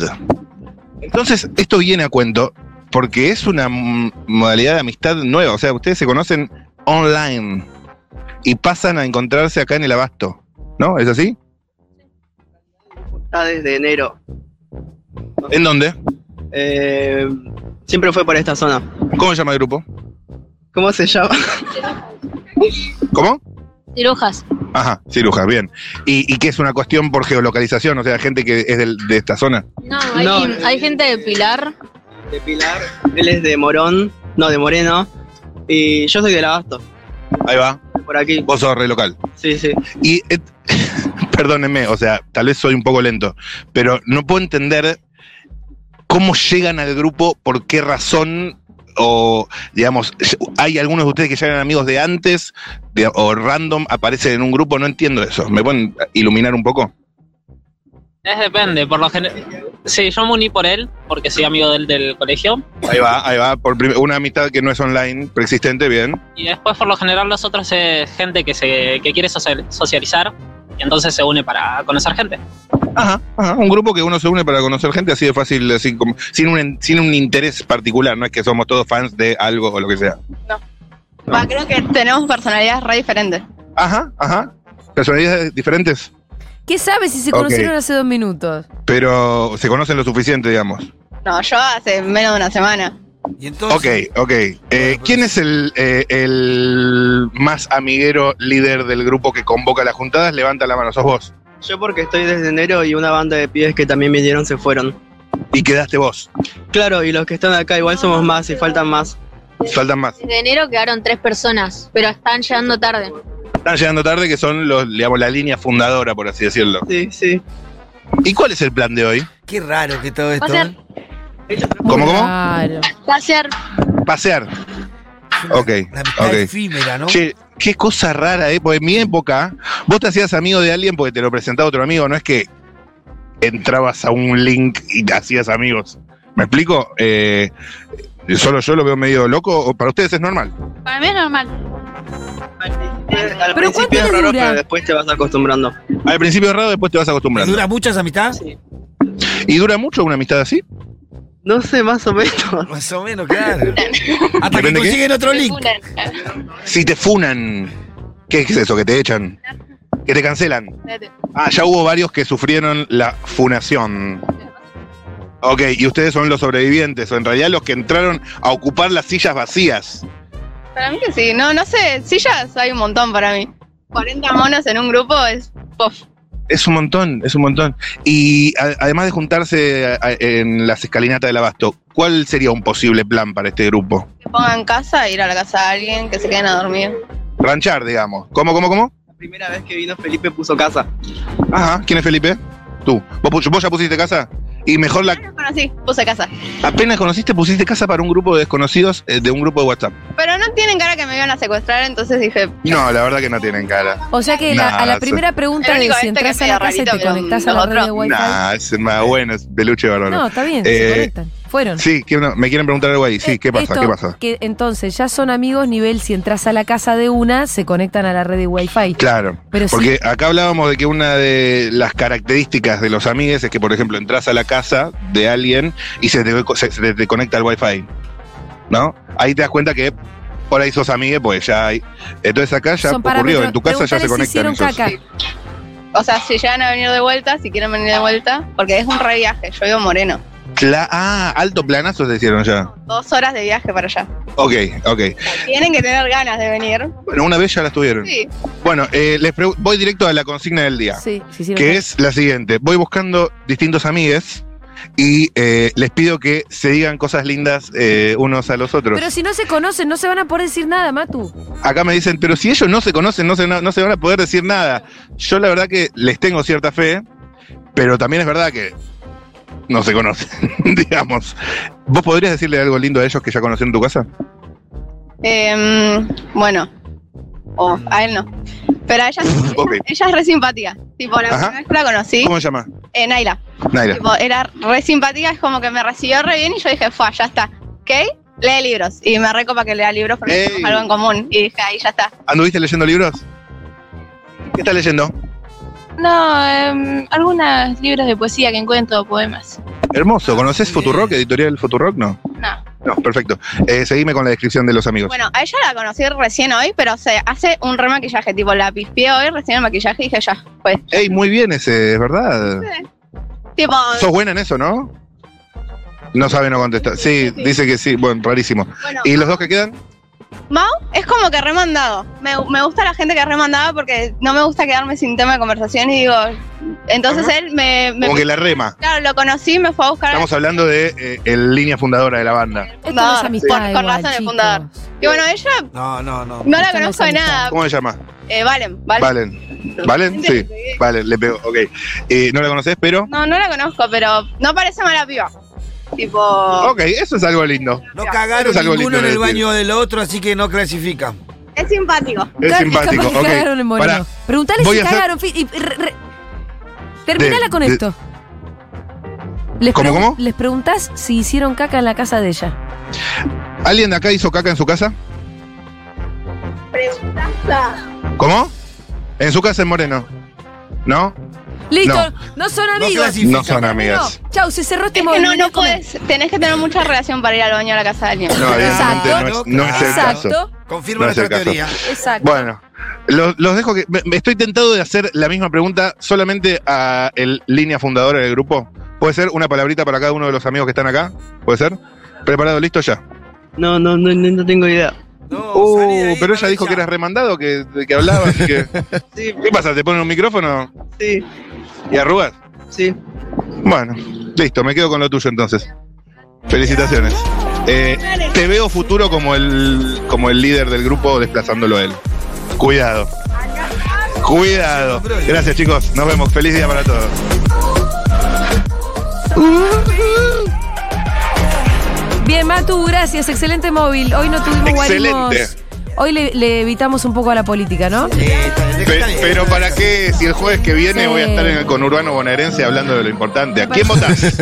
Speaker 3: Entonces, esto viene a cuento porque es una mm, modalidad de amistad nueva. O sea, ustedes se conocen online y pasan a encontrarse acá en el abasto. ¿No? ¿Es así?
Speaker 11: Está Ah, desde enero.
Speaker 3: ¿En dónde?
Speaker 11: Eh, siempre fue por esta zona.
Speaker 3: ¿Cómo se llama el grupo?
Speaker 11: ¿Cómo se llama?
Speaker 3: ¿Cómo?
Speaker 10: Cirujas.
Speaker 3: Ajá, cirujas, bien. ¿Y, y que es una cuestión por geolocalización? O sea, gente que es del- de esta zona.
Speaker 10: No, hay,
Speaker 11: No,
Speaker 10: gen-
Speaker 11: eh,
Speaker 10: hay gente de Pilar.
Speaker 11: De Pilar. Él es de Morón, no, de Moreno. Y yo soy del Abasto,
Speaker 3: Ahí va.
Speaker 11: por aquí.
Speaker 3: Vos sos re local.
Speaker 11: Sí, sí.
Speaker 3: Y eh, perdónenme, o sea, tal vez soy un poco lento, pero no puedo entender cómo llegan al grupo, por qué razón, o digamos, hay algunos de ustedes que ya eran amigos de antes, de- o random aparecen en un grupo, no entiendo eso. ¿Me pueden iluminar un poco?
Speaker 12: Es depende, por lo general. Sí, yo me uní por él, porque soy amigo del, del colegio.
Speaker 3: Ahí va, ahí va, por prim- una amistad que no es online, preexistente, bien.
Speaker 12: Y después, por lo general, los otros es gente que, se, que quiere social- socializar. Y entonces se une para conocer gente.
Speaker 3: Ajá, ajá, un grupo que uno se une para conocer gente así de fácil, así como, sin un, sin un interés particular, no es que somos todos fans de algo o lo que sea.
Speaker 9: Va, creo que tenemos personalidades re diferentes.
Speaker 3: Ajá, ajá. Personalidades diferentes.
Speaker 1: ¿Qué sabes si se
Speaker 3: Ok.
Speaker 1: conocieron hace dos minutos?
Speaker 3: Pero se conocen lo suficiente, digamos.
Speaker 9: No, yo hace menos de una semana.
Speaker 3: ok, ok. Eh, ¿Quién es el, eh, el más amiguero líder del grupo que convoca las juntadas? Levanta la mano, sos vos.
Speaker 11: Yo porque estoy desde enero y una banda de pibes que también vinieron se fueron.
Speaker 3: Y quedaste vos.
Speaker 11: Claro, y los que están acá igual somos más y faltan más.
Speaker 3: Faltan más.
Speaker 10: Desde enero quedaron tres personas, pero están llegando tarde.
Speaker 3: Están llegando tarde, que son los, digamos, la línea fundadora, por así decirlo.
Speaker 11: Sí, sí.
Speaker 3: ¿Y cuál es el plan de hoy?
Speaker 2: Qué raro que todo
Speaker 10: Va
Speaker 2: esto.
Speaker 10: a ser,
Speaker 3: ¿Cómo, cómo?
Speaker 1: Claro.
Speaker 10: va a ser
Speaker 3: Pasear. Ok,
Speaker 2: amistad
Speaker 3: ok.
Speaker 2: efímera, ¿no?
Speaker 3: Che, qué cosa rara, ¿eh? Porque en mi época, vos te hacías amigo de alguien porque te lo presentaba otro amigo, no es que entrabas a un link y te hacías amigos. ¿Me explico? Eh, ¿Solo yo lo veo medio loco? ¿O para ustedes es normal?
Speaker 10: Para mí es normal.
Speaker 11: Al
Speaker 1: ¿Pero cuánto
Speaker 11: principio es
Speaker 1: le
Speaker 11: raro,
Speaker 1: dura?
Speaker 11: pero después te vas acostumbrando.
Speaker 3: Al principio es raro, después te vas acostumbrando.
Speaker 2: ¿Dura mucho esa amistad?
Speaker 3: ¿Y dura mucho una amistad así?
Speaker 11: No sé, más o menos.
Speaker 2: Más o menos, claro. Hasta Ah, que
Speaker 3: Depende qué.
Speaker 2: consiguen otro link.
Speaker 3: Si te funan, ¿qué es eso? ¿Que te echan? ¿Que te cancelan? Ah, ya hubo varios que sufrieron la funación. Ok, y ustedes son los sobrevivientes, o en realidad los que entraron a ocupar las sillas vacías.
Speaker 9: Para mí que sí. No, no sé, sillas hay un montón para mí. 40 monos en un grupo es pof.
Speaker 3: Es un montón, es un montón. Y a- además de juntarse a- a- en las escalinatas del abasto, ¿cuál sería un posible plan para este grupo?
Speaker 9: Que pongan casa, ir a la casa de alguien, que se queden a dormir.
Speaker 3: Ranchar, digamos. ¿Cómo, cómo, cómo?
Speaker 11: La primera vez que vino Felipe puso casa.
Speaker 3: Ajá, ¿quién es Felipe? Tú. ¿Vos, pu- vos ya pusiste casa? Y mejor la...
Speaker 9: Bueno, sí, puse casa.
Speaker 3: Apenas conociste, pusiste casa para un grupo de desconocidos eh, de un grupo de WhatsApp.
Speaker 9: Pero no tienen cara que me iban a secuestrar, entonces dije,
Speaker 3: No, la verdad que no tienen cara.
Speaker 1: O sea que la-
Speaker 3: Nah,
Speaker 1: a la
Speaker 3: sí.
Speaker 1: primera pregunta
Speaker 9: El
Speaker 1: de
Speaker 9: único este
Speaker 1: si
Speaker 9: que
Speaker 1: entras a
Speaker 9: medio
Speaker 1: la casa y
Speaker 9: rarito
Speaker 1: te
Speaker 9: que
Speaker 1: conectás a la red de Wi-Fi.
Speaker 3: Nah, es más bueno, es peluche bárbaro.
Speaker 1: no, está bien,
Speaker 3: Eh,
Speaker 1: se conectan. Fueron.
Speaker 3: Sí, que no- me quieren preguntar algo ahí. Sí, ¿qué pasa?
Speaker 1: Esto,
Speaker 3: ¿Qué pasa?
Speaker 1: Que entonces ya son amigos nivel si entras a la casa de una, se conectan a la red de Wi-Fi.
Speaker 3: Claro.
Speaker 1: Pero sí.
Speaker 3: Porque acá hablábamos de que una de las características de los amigues es que, por ejemplo, entras a la casa de alguien y se te, se- se te conecta el wifi. ¿No? Ahí te das cuenta que por ahí sos amigue, pues ya hay. Entonces acá ya
Speaker 1: Son
Speaker 3: ocurrió,
Speaker 1: parámetros.
Speaker 3: en tu casa ya
Speaker 1: Preguntale
Speaker 3: se
Speaker 1: si
Speaker 3: conectan.
Speaker 1: hicieron
Speaker 3: esos.
Speaker 1: caca.
Speaker 9: o sea, si llegan a venir de vuelta, si quieren venir de vuelta, porque es un re viaje, yo vivo en moreno.
Speaker 3: Cla- ah, alto planazo se hicieron ya.
Speaker 9: Dos horas de viaje para allá.
Speaker 3: Ok, ok.
Speaker 9: Tienen que tener ganas de venir.
Speaker 3: Bueno, una vez ya las tuvieron.
Speaker 9: Sí.
Speaker 3: Bueno, eh, les pregu- voy directo a la consigna del día.
Speaker 1: Sí, se hicieron
Speaker 3: que
Speaker 1: caca.
Speaker 3: es la siguiente. Voy buscando distintos amigues y eh, les pido que se digan cosas lindas eh, unos a los otros.
Speaker 1: Pero si no se conocen, no se van a poder decir nada, Matu.
Speaker 3: Acá me dicen, pero si ellos no se conocen, no se, no, no se van a poder decir nada. Yo la verdad que les tengo cierta fe, pero también es verdad que no se conocen, digamos. ¿Vos podrías decirle algo lindo a ellos que ya conocieron tu casa?
Speaker 9: Em, bueno, o a él no. Pero a ella,
Speaker 3: Ok.
Speaker 9: ella es re simpática. Tipo, la
Speaker 3: Ajá.
Speaker 9: primera vez que la conocí,
Speaker 3: ¿Cómo se llama?
Speaker 9: eh, Naila.
Speaker 3: Naila.
Speaker 9: Tipo, era re simpática, es como que me recibió re bien y yo dije, fue, ya está. ¿Ok? Lee libros. Y me recopa que lea libros porque
Speaker 3: Ey.
Speaker 9: tenemos algo en común. Y dije, ahí ya está.
Speaker 3: ¿Anduviste leyendo libros? ¿Qué estás leyendo?
Speaker 10: No, em, algunos libros de poesía que encuentro, poemas.
Speaker 3: Hermoso. ¿Conoces Futurock, editorial Futurock? No.
Speaker 9: No.
Speaker 3: No, perfecto. Eh, seguime con la descripción de los amigos.
Speaker 9: Bueno, a ella la conocí recién hoy, pero se hace un re maquillaje. Tipo, la pispié hoy, recién el maquillaje y dije, ya, pues.
Speaker 3: Ey, muy bien ese, es verdad.
Speaker 9: Tipo,
Speaker 3: Sos buena en eso, ¿no? No sabe, no contesta. Sí, dice que sí. Bueno, rarísimo.
Speaker 9: Bueno.
Speaker 3: ¿Y los dos que quedan?
Speaker 9: Mau es como que remandado. Me, me gusta la gente que ha remandado porque no me gusta quedarme sin tema de conversación y digo. Entonces él me. me-
Speaker 3: Como que la rema.
Speaker 9: Claro, lo conocí, me fue a buscar.
Speaker 3: Estamos hablando de eh, el línea fundadora de la banda.
Speaker 9: Esto no es
Speaker 1: amistad
Speaker 9: Con,
Speaker 1: igual,
Speaker 9: razón, el fundador. Y bueno, ella
Speaker 2: No, no, no.
Speaker 9: no la conozco de nada.
Speaker 3: ¿Cómo se llama?
Speaker 9: Eh, Valen, Valen.
Speaker 3: Valen. ¿Valen? Sí. Valen, le pego. Ok. Eh, no la conoces, pero.
Speaker 9: No, no la conozco, pero no parece mala piba. Tipo.
Speaker 3: Ok, eso es algo lindo.
Speaker 2: No
Speaker 3: Eso
Speaker 2: cagaron
Speaker 3: es algo lindo
Speaker 2: ninguno en
Speaker 3: de
Speaker 2: el
Speaker 3: decir.
Speaker 2: baño del otro, así que no clasifican.
Speaker 9: Es simpático.
Speaker 3: Es
Speaker 1: Ca-
Speaker 3: simpático,
Speaker 1: capaz que
Speaker 3: ok.
Speaker 1: cagaron en Moreno.
Speaker 2: Pará.
Speaker 1: Preguntale
Speaker 3: Voy
Speaker 1: si
Speaker 3: a hacer-
Speaker 1: cagaron. fi- y re- re- Terminala
Speaker 3: De-
Speaker 1: con
Speaker 3: de-
Speaker 1: esto. Les
Speaker 3: ¿Cómo,
Speaker 1: pregun-
Speaker 3: cómo?
Speaker 1: Les preguntás si hicieron caca en la casa de ella.
Speaker 3: ¿Alguien de acá hizo caca en su casa?
Speaker 9: Preguntaza.
Speaker 3: ¿Cómo? En su casa en Moreno. ¿no?
Speaker 1: Listo,
Speaker 3: No.
Speaker 1: no, son amigos.
Speaker 3: No son amigas.
Speaker 1: No. Chau, se cerró este
Speaker 9: Es que
Speaker 1: móvil.
Speaker 9: no, no puedes. Tenés que tener mucha relación para ir al baño a la casa de alguien.
Speaker 3: No, evidentemente no es,
Speaker 2: Exacto.
Speaker 3: no es el
Speaker 1: Exacto.
Speaker 3: caso.
Speaker 2: Confirma
Speaker 3: No es el
Speaker 2: nuestra
Speaker 3: caso.
Speaker 2: teoría.
Speaker 1: Exacto.
Speaker 3: Bueno, los, los dejo que. me- me estoy tentado de hacer la misma pregunta solamente a el línea fundadora del grupo. ¿Puede ser una palabrita para cada uno de los amigos que están acá? ¿Puede ser? ¿Preparado? ¿Listo ya?
Speaker 11: No, no, no, no, no tengo idea.
Speaker 3: Uh, pero ella dijo que eras remandado, que, que hablaba, así que. ¿Qué pasa? ¿Te ponen un micrófono?
Speaker 11: Sí,
Speaker 3: ¿Y arrugas?
Speaker 11: sí.
Speaker 3: Bueno, listo, me quedo con lo tuyo entonces. Felicitaciones. Eh, te veo futuro como el, como el líder del grupo desplazándolo a él. Cuidado. Cuidado. Gracias chicos, nos vemos. Feliz día para todos. Uh-huh.
Speaker 1: Bien, Matu, gracias. Excelente móvil. Hoy no tuvimos guarimos.
Speaker 3: Excelente.
Speaker 1: Hoy le, le evitamos un poco a la política, ¿no?
Speaker 3: Pe- pero para qué, si el jueves que viene voy a estar en el conurbano bonaerense hablando de lo importante. ¿A quién votás?